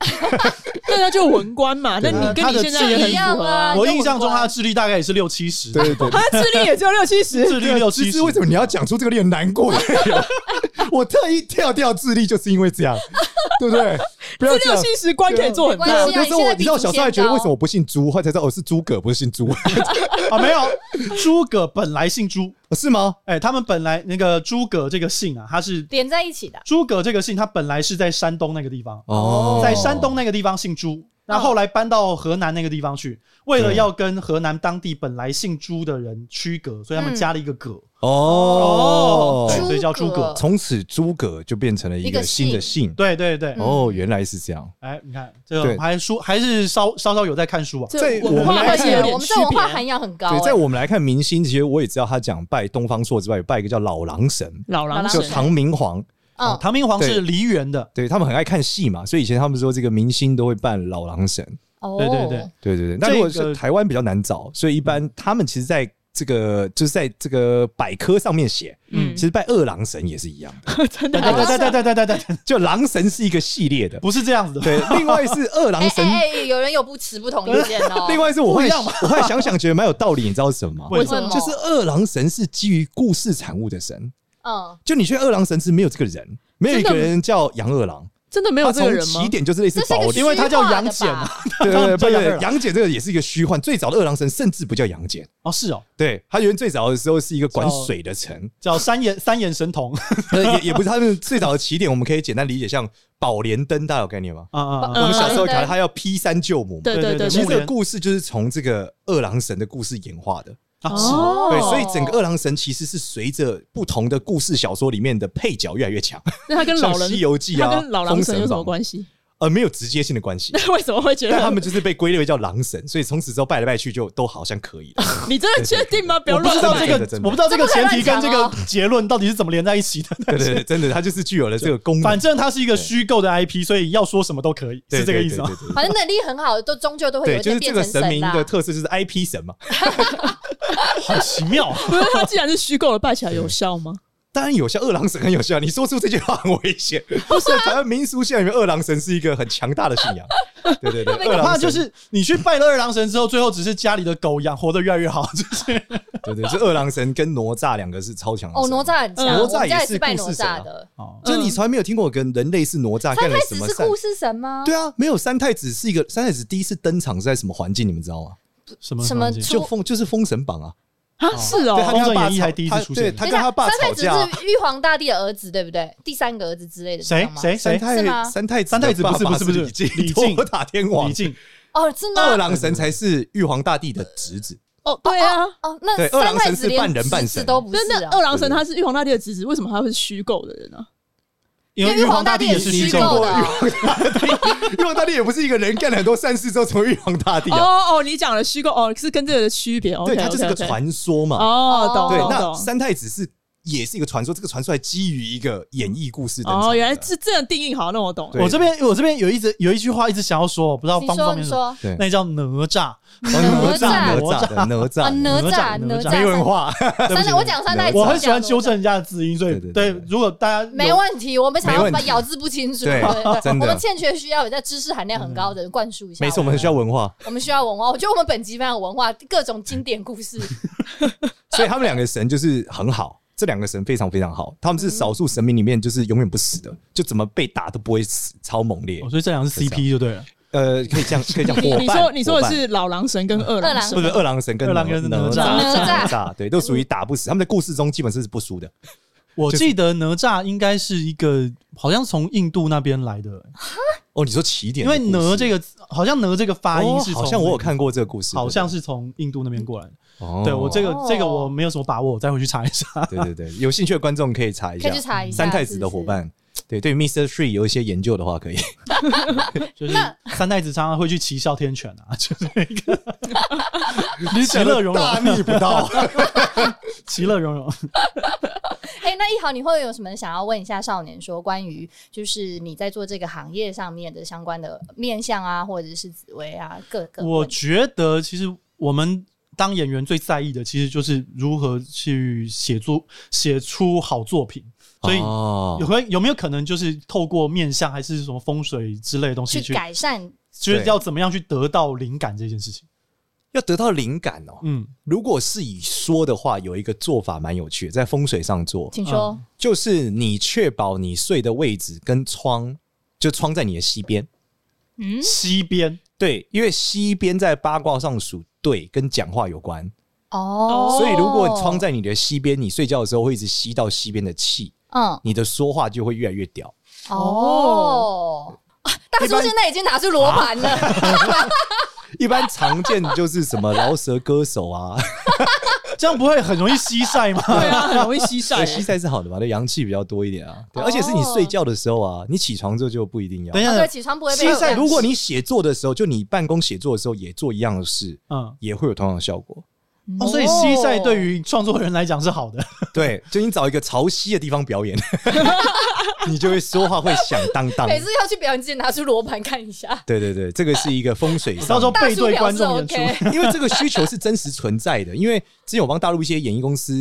[SPEAKER 1] 对，那就文官嘛。那
[SPEAKER 3] 对
[SPEAKER 1] 你
[SPEAKER 3] 啊
[SPEAKER 1] 跟
[SPEAKER 4] 他
[SPEAKER 1] 你
[SPEAKER 4] 的
[SPEAKER 1] 现
[SPEAKER 4] 字
[SPEAKER 1] 在也
[SPEAKER 4] 也很
[SPEAKER 1] 很
[SPEAKER 2] 一样
[SPEAKER 1] 符合啊
[SPEAKER 2] 啊。
[SPEAKER 4] 我印象中他的智力大概也是六七十，
[SPEAKER 3] 对啊对 对，
[SPEAKER 1] 他智力也只有六七十，
[SPEAKER 4] 智力六七
[SPEAKER 3] 其
[SPEAKER 4] 十
[SPEAKER 3] 实。为什么你要讲出这个令难过的 理由？我特意跳掉智力，就是因为这样，对不对？不要这
[SPEAKER 1] 六
[SPEAKER 3] 样。
[SPEAKER 1] 七十官可以做很
[SPEAKER 2] 没关
[SPEAKER 1] 大
[SPEAKER 2] 系。啊
[SPEAKER 3] 那时候
[SPEAKER 2] 你现
[SPEAKER 3] 我
[SPEAKER 2] 在
[SPEAKER 3] 你知道，我
[SPEAKER 2] 比祖
[SPEAKER 3] 小时候
[SPEAKER 2] 先
[SPEAKER 3] 还觉得
[SPEAKER 2] 高
[SPEAKER 3] 为什么我不姓朱，后来才知道我哦是诸葛，不是姓朱，
[SPEAKER 4] 啊，没有，诸葛本来姓朱，
[SPEAKER 3] 哦是吗？
[SPEAKER 4] 哎、他们本来那个诸葛这个姓啊，他是
[SPEAKER 2] 连在一起的。
[SPEAKER 4] 诸葛这个姓，他本来是在山东那个地方，
[SPEAKER 2] 哦
[SPEAKER 4] 在山东那个地方姓朱，那后来搬到河南那个地方去，为了要跟河南当地本来姓朱的人区隔，所以他们加了一个葛，
[SPEAKER 3] 哦
[SPEAKER 4] 对，
[SPEAKER 2] 诸葛
[SPEAKER 4] 所以叫诸葛。
[SPEAKER 3] 从此诸葛就变成了一
[SPEAKER 2] 一个
[SPEAKER 3] 个新的姓。
[SPEAKER 4] 对对对，
[SPEAKER 2] 嗯
[SPEAKER 3] 哦，原来是这样。
[SPEAKER 4] 哎，你看这
[SPEAKER 3] 对
[SPEAKER 4] 个还书还是稍稍稍有在看书啊，
[SPEAKER 1] 这
[SPEAKER 3] 我们
[SPEAKER 1] 文化还
[SPEAKER 3] 来
[SPEAKER 2] 而
[SPEAKER 1] 是
[SPEAKER 2] 且
[SPEAKER 1] 有
[SPEAKER 2] 我
[SPEAKER 1] 点
[SPEAKER 2] 们
[SPEAKER 1] 区
[SPEAKER 2] 这文化
[SPEAKER 1] 别。
[SPEAKER 2] 涵养很高、
[SPEAKER 3] 对，在
[SPEAKER 2] 哎
[SPEAKER 3] 我们来看明星，其实我也知道他讲拜东方朔之外，有拜一个叫老狼神，
[SPEAKER 1] 老狼
[SPEAKER 2] 狼
[SPEAKER 3] 就
[SPEAKER 1] 神
[SPEAKER 2] 神
[SPEAKER 3] 唐明皇。
[SPEAKER 4] 哦
[SPEAKER 2] 嗯，
[SPEAKER 4] 唐明皇
[SPEAKER 3] 对
[SPEAKER 4] 是梨园的，
[SPEAKER 3] 对他们很爱看戏嘛，所以以前他们说这个明星都会扮老狼神。
[SPEAKER 2] 哦，
[SPEAKER 4] 对对对，
[SPEAKER 3] 对对对，那
[SPEAKER 4] 这
[SPEAKER 3] 如果
[SPEAKER 4] 个
[SPEAKER 3] 是台湾比较难找，所以一般他们其实在这个就是在这个百科上面写，
[SPEAKER 1] 嗯
[SPEAKER 3] 其实拜二郎神也是一样的，
[SPEAKER 1] 真
[SPEAKER 4] 对
[SPEAKER 1] 的
[SPEAKER 4] 对
[SPEAKER 1] 啊，
[SPEAKER 4] 对对对对对对对，
[SPEAKER 3] 就狼神是一个系列的，
[SPEAKER 4] 不是这样子的，
[SPEAKER 3] 对，另外是二 郎
[SPEAKER 2] 哎
[SPEAKER 3] 神，。
[SPEAKER 2] 哎哎，有人有不持不同意见哦
[SPEAKER 3] 另外是我会
[SPEAKER 4] 不一样嘛
[SPEAKER 3] 我后来想想觉得蛮有道理，你知道是什么吗？
[SPEAKER 4] 为
[SPEAKER 2] 为
[SPEAKER 4] 什么
[SPEAKER 2] 什么？
[SPEAKER 3] 就是二郎神是基于故事产物的神，
[SPEAKER 2] 嗯，
[SPEAKER 3] 就你去二郎神是没有这个人，没有一个
[SPEAKER 1] 真的
[SPEAKER 3] 人叫杨二郎，
[SPEAKER 1] 真的没
[SPEAKER 3] 没
[SPEAKER 1] 有这个人吗
[SPEAKER 3] 起？点就是类似
[SPEAKER 2] 这是一
[SPEAKER 3] 宝
[SPEAKER 2] 个
[SPEAKER 3] 莲，
[SPEAKER 4] 因为他叫杨戬
[SPEAKER 2] 简
[SPEAKER 4] 啊
[SPEAKER 3] 对对对
[SPEAKER 4] 叫
[SPEAKER 3] 对
[SPEAKER 4] 杨二
[SPEAKER 3] 对，
[SPEAKER 4] 郎
[SPEAKER 3] 杨戬这个也是一个虚幻，最早的二郎神甚至不叫杨戬，
[SPEAKER 4] 哦是哦，
[SPEAKER 3] 对他原最早的时候是一个管
[SPEAKER 4] 叫
[SPEAKER 3] 水的神。
[SPEAKER 4] 叫三眼三眼神童，
[SPEAKER 3] 呃， 也也不是他们最早的起点，我们可以简单理解，像宝莲灯，大家有概念吗？
[SPEAKER 4] 啊啊
[SPEAKER 1] 嗯
[SPEAKER 3] 我
[SPEAKER 4] 啊
[SPEAKER 3] 们小时候看他要劈山救母嘛，
[SPEAKER 1] 对对
[SPEAKER 4] 对
[SPEAKER 1] 对
[SPEAKER 3] 其
[SPEAKER 1] 对
[SPEAKER 3] 实
[SPEAKER 4] 对
[SPEAKER 3] 这个故事就是从这个二郎神的故事演化的，
[SPEAKER 4] 啊！是
[SPEAKER 1] 哦
[SPEAKER 3] 对，所以整个二郎神其实是随着不同的故事小说里面的配角越来越强，
[SPEAKER 1] 那他跟
[SPEAKER 3] 像
[SPEAKER 1] 老
[SPEAKER 3] 《
[SPEAKER 1] 人
[SPEAKER 3] 西游记》啊，
[SPEAKER 1] 他跟老狼
[SPEAKER 3] 封
[SPEAKER 1] 神有什么
[SPEAKER 3] 榜
[SPEAKER 1] 关系？
[SPEAKER 3] 呃，没有直接性的关系，
[SPEAKER 1] 那为什么会觉
[SPEAKER 3] 但他
[SPEAKER 1] 得？
[SPEAKER 3] 们就是被归类为叫狼神，所以从此之后拜来拜去就都好像可以了。
[SPEAKER 1] 你真的确定吗？不要
[SPEAKER 4] 我不
[SPEAKER 1] 乱
[SPEAKER 4] 知道这
[SPEAKER 1] 买。
[SPEAKER 4] 个
[SPEAKER 3] 真的真，的
[SPEAKER 4] 我不知道这个前提跟
[SPEAKER 2] 这不
[SPEAKER 4] 这
[SPEAKER 2] 可以
[SPEAKER 4] 个
[SPEAKER 2] 乱
[SPEAKER 3] 啊
[SPEAKER 4] 结论到底是怎么连在一 起的。
[SPEAKER 3] 对对对，真的，它就是具有了这个功能，
[SPEAKER 4] 反正它是一个虚构的 IP，所以要说什么都可以，
[SPEAKER 3] 对
[SPEAKER 4] 是这个意思吗
[SPEAKER 1] 哦
[SPEAKER 3] 对？对对对
[SPEAKER 2] 反正能力很好的，都终究都会有
[SPEAKER 3] 对，
[SPEAKER 2] 一天
[SPEAKER 3] 就是这
[SPEAKER 2] 变
[SPEAKER 3] 个
[SPEAKER 2] 成
[SPEAKER 3] 神明
[SPEAKER 2] 啦。
[SPEAKER 3] 的特色就是 IP 神嘛，
[SPEAKER 4] 好奇 妙啊，
[SPEAKER 1] 不是他既然是虚构的，拜起来有效吗？
[SPEAKER 3] 当然有效，二郎神很有效。你说出这句话很 危险，不是？咱们民俗信仰里面，二郎神是一个很强大的信仰。对 对对，二
[SPEAKER 4] 可
[SPEAKER 3] 郎
[SPEAKER 4] 怕
[SPEAKER 3] 神
[SPEAKER 4] 就是你去拜了二郎神之后，最后只是家里的狗养活得越来越好， 就是
[SPEAKER 3] 对对，是二郎神跟哪吒两个是超强的神。
[SPEAKER 2] 哦，哪吒很
[SPEAKER 1] 嗯
[SPEAKER 2] 强，我们
[SPEAKER 3] 哪吒
[SPEAKER 2] 家
[SPEAKER 3] 也
[SPEAKER 2] 也
[SPEAKER 3] 是
[SPEAKER 2] 是拜哪
[SPEAKER 3] 故事神啊
[SPEAKER 2] 吒的。
[SPEAKER 4] 哦
[SPEAKER 3] 就是你从来没有听过跟人类是哪吒干
[SPEAKER 2] 三
[SPEAKER 3] 了
[SPEAKER 2] 太
[SPEAKER 3] 什
[SPEAKER 2] 子
[SPEAKER 3] 么
[SPEAKER 2] 是
[SPEAKER 3] 善
[SPEAKER 2] 故？事神吗？
[SPEAKER 3] 对啊，没有三太子是一个三太子第一次登场是在什么环境？你们知道吗？
[SPEAKER 4] 什么
[SPEAKER 2] 什么
[SPEAKER 4] 东西
[SPEAKER 3] 就封就是封神榜啊，
[SPEAKER 1] 啊，是
[SPEAKER 3] 对，
[SPEAKER 1] 哦
[SPEAKER 3] 他，跟他
[SPEAKER 4] 封神
[SPEAKER 3] 爸
[SPEAKER 4] 演义
[SPEAKER 3] 吵
[SPEAKER 4] 还第一次
[SPEAKER 3] 他
[SPEAKER 4] 出
[SPEAKER 3] 对
[SPEAKER 4] 现
[SPEAKER 3] 他
[SPEAKER 2] 等一
[SPEAKER 3] 跟
[SPEAKER 2] 下
[SPEAKER 3] 他爸
[SPEAKER 2] 三
[SPEAKER 3] 吵
[SPEAKER 2] 太
[SPEAKER 3] 架啊。
[SPEAKER 2] 子是玉皇大帝的儿子，对不对？第三个儿子之类的，
[SPEAKER 4] 谁
[SPEAKER 2] 你知道吗？
[SPEAKER 4] 谁
[SPEAKER 3] 三
[SPEAKER 4] 谁
[SPEAKER 3] 太
[SPEAKER 2] 是吗
[SPEAKER 3] 三太子
[SPEAKER 4] 三太子
[SPEAKER 3] 的爸爸
[SPEAKER 4] 不是不是
[SPEAKER 3] 是
[SPEAKER 4] 不是
[SPEAKER 3] 李
[SPEAKER 4] 李靖
[SPEAKER 3] 托塔天王
[SPEAKER 4] 李，靖
[SPEAKER 2] 哦，真的
[SPEAKER 3] 二
[SPEAKER 2] 啊
[SPEAKER 3] 郎神才是玉皇大帝的侄子。
[SPEAKER 1] 哦，对啊。
[SPEAKER 2] 哦，那
[SPEAKER 3] 对二
[SPEAKER 2] 三
[SPEAKER 3] 郎
[SPEAKER 2] 太
[SPEAKER 3] 神
[SPEAKER 2] 子
[SPEAKER 3] 是半
[SPEAKER 2] 连
[SPEAKER 3] 人半
[SPEAKER 2] 侄
[SPEAKER 3] 神
[SPEAKER 2] 子都不
[SPEAKER 1] 那
[SPEAKER 2] 是
[SPEAKER 1] 那
[SPEAKER 2] 啊
[SPEAKER 1] 二。郎神他是玉皇大帝的侄子，为什么他会是虚构的人啊呢？
[SPEAKER 4] 因为
[SPEAKER 2] 玉
[SPEAKER 4] 玉
[SPEAKER 2] 皇
[SPEAKER 4] 皇大
[SPEAKER 2] 大
[SPEAKER 4] 帝
[SPEAKER 2] 帝
[SPEAKER 4] 也
[SPEAKER 2] 也
[SPEAKER 4] 是
[SPEAKER 2] 是
[SPEAKER 4] 虚
[SPEAKER 2] 虚
[SPEAKER 4] 构
[SPEAKER 2] 构
[SPEAKER 4] 的，
[SPEAKER 2] 的啊，
[SPEAKER 3] 玉皇大帝也不是一个人干了很多善事之后成为玉皇大帝啊，
[SPEAKER 1] 哦哦，你讲的虚构哦，是跟这个的区别。
[SPEAKER 3] 对，
[SPEAKER 1] OK，
[SPEAKER 3] 他就是个
[SPEAKER 1] OK，OK
[SPEAKER 3] 传说嘛。
[SPEAKER 1] 哦，懂
[SPEAKER 3] 对，
[SPEAKER 1] 懂
[SPEAKER 3] 那
[SPEAKER 1] 懂。
[SPEAKER 3] 三太子是也是一个传说，这个传说还基于一个演绎故事登场的
[SPEAKER 1] 哦，原来是这样定义好，那我懂了。
[SPEAKER 3] 对
[SPEAKER 4] 我这边我这边有一直有一句话一直想要说，我不知道
[SPEAKER 2] 你
[SPEAKER 4] 方不
[SPEAKER 2] 说
[SPEAKER 4] 方
[SPEAKER 2] 你
[SPEAKER 4] 便说，
[SPEAKER 2] 说
[SPEAKER 3] 对
[SPEAKER 4] 那叫哪吒，
[SPEAKER 3] 哦哪吒
[SPEAKER 2] 哪
[SPEAKER 3] 哪吒的哪
[SPEAKER 2] 啊，
[SPEAKER 3] 吒
[SPEAKER 2] 哪吒
[SPEAKER 4] 哪
[SPEAKER 2] 哪
[SPEAKER 4] 吒
[SPEAKER 2] 吒
[SPEAKER 3] 没有人画，
[SPEAKER 2] 三
[SPEAKER 4] 对不
[SPEAKER 2] 三
[SPEAKER 4] 起
[SPEAKER 2] 太，我讲三太子，
[SPEAKER 4] 我很喜
[SPEAKER 2] 讲
[SPEAKER 4] 欢
[SPEAKER 2] 哪吒
[SPEAKER 4] 纠正人家的字音，所以
[SPEAKER 3] 对对
[SPEAKER 4] 对
[SPEAKER 3] 对，
[SPEAKER 4] 如果大家
[SPEAKER 2] 没
[SPEAKER 4] 有
[SPEAKER 2] 问题，我们想
[SPEAKER 3] 没
[SPEAKER 2] 要
[SPEAKER 3] 问
[SPEAKER 2] 把
[SPEAKER 3] 题
[SPEAKER 2] 咬字不清楚，
[SPEAKER 3] 对真
[SPEAKER 2] 我
[SPEAKER 3] 的嗯
[SPEAKER 2] 们欠缺需要有在知识含量很高的人灌输一下。
[SPEAKER 3] 没错，我们很需要，文化，
[SPEAKER 2] 我们需要文化。我觉得我们本集非常有文化，各种经典故事。
[SPEAKER 3] 所以他们两个神就是很好。这两个神非常非常好，他们是少数神明里面就是永远不死的，就怎么被打都不会死，超猛烈
[SPEAKER 4] 哦。所以这两个是
[SPEAKER 3] 是这
[SPEAKER 4] CP 就对了。
[SPEAKER 3] 呃，可以 这样，可以这样。
[SPEAKER 1] 你
[SPEAKER 3] 伙
[SPEAKER 1] 你
[SPEAKER 3] 伴
[SPEAKER 1] 说你说
[SPEAKER 3] 伙
[SPEAKER 1] 的
[SPEAKER 3] 伴
[SPEAKER 1] 是老狼神跟二
[SPEAKER 2] 二
[SPEAKER 1] 郎
[SPEAKER 2] 郎
[SPEAKER 1] 神，
[SPEAKER 3] 不是二郎神跟
[SPEAKER 4] 二郎跟
[SPEAKER 3] 哪
[SPEAKER 4] 哪
[SPEAKER 3] 吒
[SPEAKER 4] 吒
[SPEAKER 2] 哪
[SPEAKER 3] 哪吒，对，都属于打不死。他们在故事中基本上是不输的。
[SPEAKER 4] 我记得哪吒应该是一个，好像从印度那边来的，欸
[SPEAKER 3] 哦，你说起点
[SPEAKER 4] 因
[SPEAKER 3] 的
[SPEAKER 4] 为
[SPEAKER 3] 故事，
[SPEAKER 4] 哪这个好像哪这个发音是
[SPEAKER 3] 哦
[SPEAKER 4] 从
[SPEAKER 3] 好像我有，看过这个故事，
[SPEAKER 4] 好像是从印度那边过来的。
[SPEAKER 3] 哦
[SPEAKER 4] 对我这个
[SPEAKER 2] 哦
[SPEAKER 4] 这个我没有什么把握，我再回去查一下。
[SPEAKER 3] 对对对，有兴趣的观众可以查一
[SPEAKER 2] 可
[SPEAKER 3] 下
[SPEAKER 2] 以去查一下
[SPEAKER 3] 三太子的伙伴，对，对于 Mr. Three 有一些研究的话，可以。
[SPEAKER 4] 就是三代子常常会去骑哮天犬啊，就是一个 其乐融融，
[SPEAKER 3] 大逆 不道。
[SPEAKER 4] 其乐融融。
[SPEAKER 2] 哎、那一豪，你会有什么想要问一下少年说关于就是你在做这个行业上面的相关的面向啊，或者是紫薇啊，各个
[SPEAKER 4] 我
[SPEAKER 2] 问题
[SPEAKER 4] 觉得其实我们当演员最在意的，其实就是如何去写作，写出好作品。所以
[SPEAKER 3] 哦
[SPEAKER 4] 有，可有没有可能就是透过面相还是什么风水之类的东西
[SPEAKER 2] 去
[SPEAKER 4] 去，
[SPEAKER 2] 改善
[SPEAKER 4] 就是
[SPEAKER 3] 对
[SPEAKER 4] 要怎么样去得到灵感这件事情？
[SPEAKER 3] 要得到灵感哦。
[SPEAKER 4] 嗯，
[SPEAKER 3] 如果是以说的话，有一个做法蛮有趣的，在风水上做，
[SPEAKER 2] 请说。
[SPEAKER 3] 就是你确保你睡的位置跟窗，就窗在你的西边。
[SPEAKER 2] 嗯，
[SPEAKER 4] 西边
[SPEAKER 3] 对，因为西边在八卦上属对，跟讲话有关。
[SPEAKER 2] 哦，
[SPEAKER 3] 所以如果窗在你的西边，你睡觉的时候会一直吸到西边的气，
[SPEAKER 2] 嗯
[SPEAKER 3] 你的说话就会越来越屌。
[SPEAKER 2] 哦。啊大叔现在已经拿出罗盘了，
[SPEAKER 3] 啊一般常见就是什么饶舌歌手啊，
[SPEAKER 4] 这样不会很容易西晒 吗？
[SPEAKER 1] 对啊，很容易吸晒
[SPEAKER 3] 对，。 西晒是好的嘛，对，阳气比较多一点啊。对，而且是你睡觉的时候啊，你起床之后就不一定要
[SPEAKER 4] 等。一
[SPEAKER 2] 啊
[SPEAKER 4] 下
[SPEAKER 2] 对，，起床不会被
[SPEAKER 3] 西晒，如果
[SPEAKER 2] 你
[SPEAKER 3] 你写作的时候，就你办公写作的时候也做一样的事，
[SPEAKER 4] 嗯，
[SPEAKER 3] 也会有同样的效 果。
[SPEAKER 4] 哦，所以西晒对于创作人来讲是好的。
[SPEAKER 3] 对，就你找一个潮汐的地方表演， 你就会说话会响当当。
[SPEAKER 2] 每次要去表演之前拿出罗盘看一 下，
[SPEAKER 3] 对对对，这个是一个风水上
[SPEAKER 4] 到时候
[SPEAKER 3] 的，
[SPEAKER 2] 大
[SPEAKER 4] 背
[SPEAKER 2] 叔
[SPEAKER 4] 对
[SPEAKER 2] 表
[SPEAKER 4] 观
[SPEAKER 2] 示
[SPEAKER 4] 众演
[SPEAKER 2] OK
[SPEAKER 4] 出。。
[SPEAKER 3] 因为这个需求是真实存在的。因为之前我帮大陆一些演艺公司，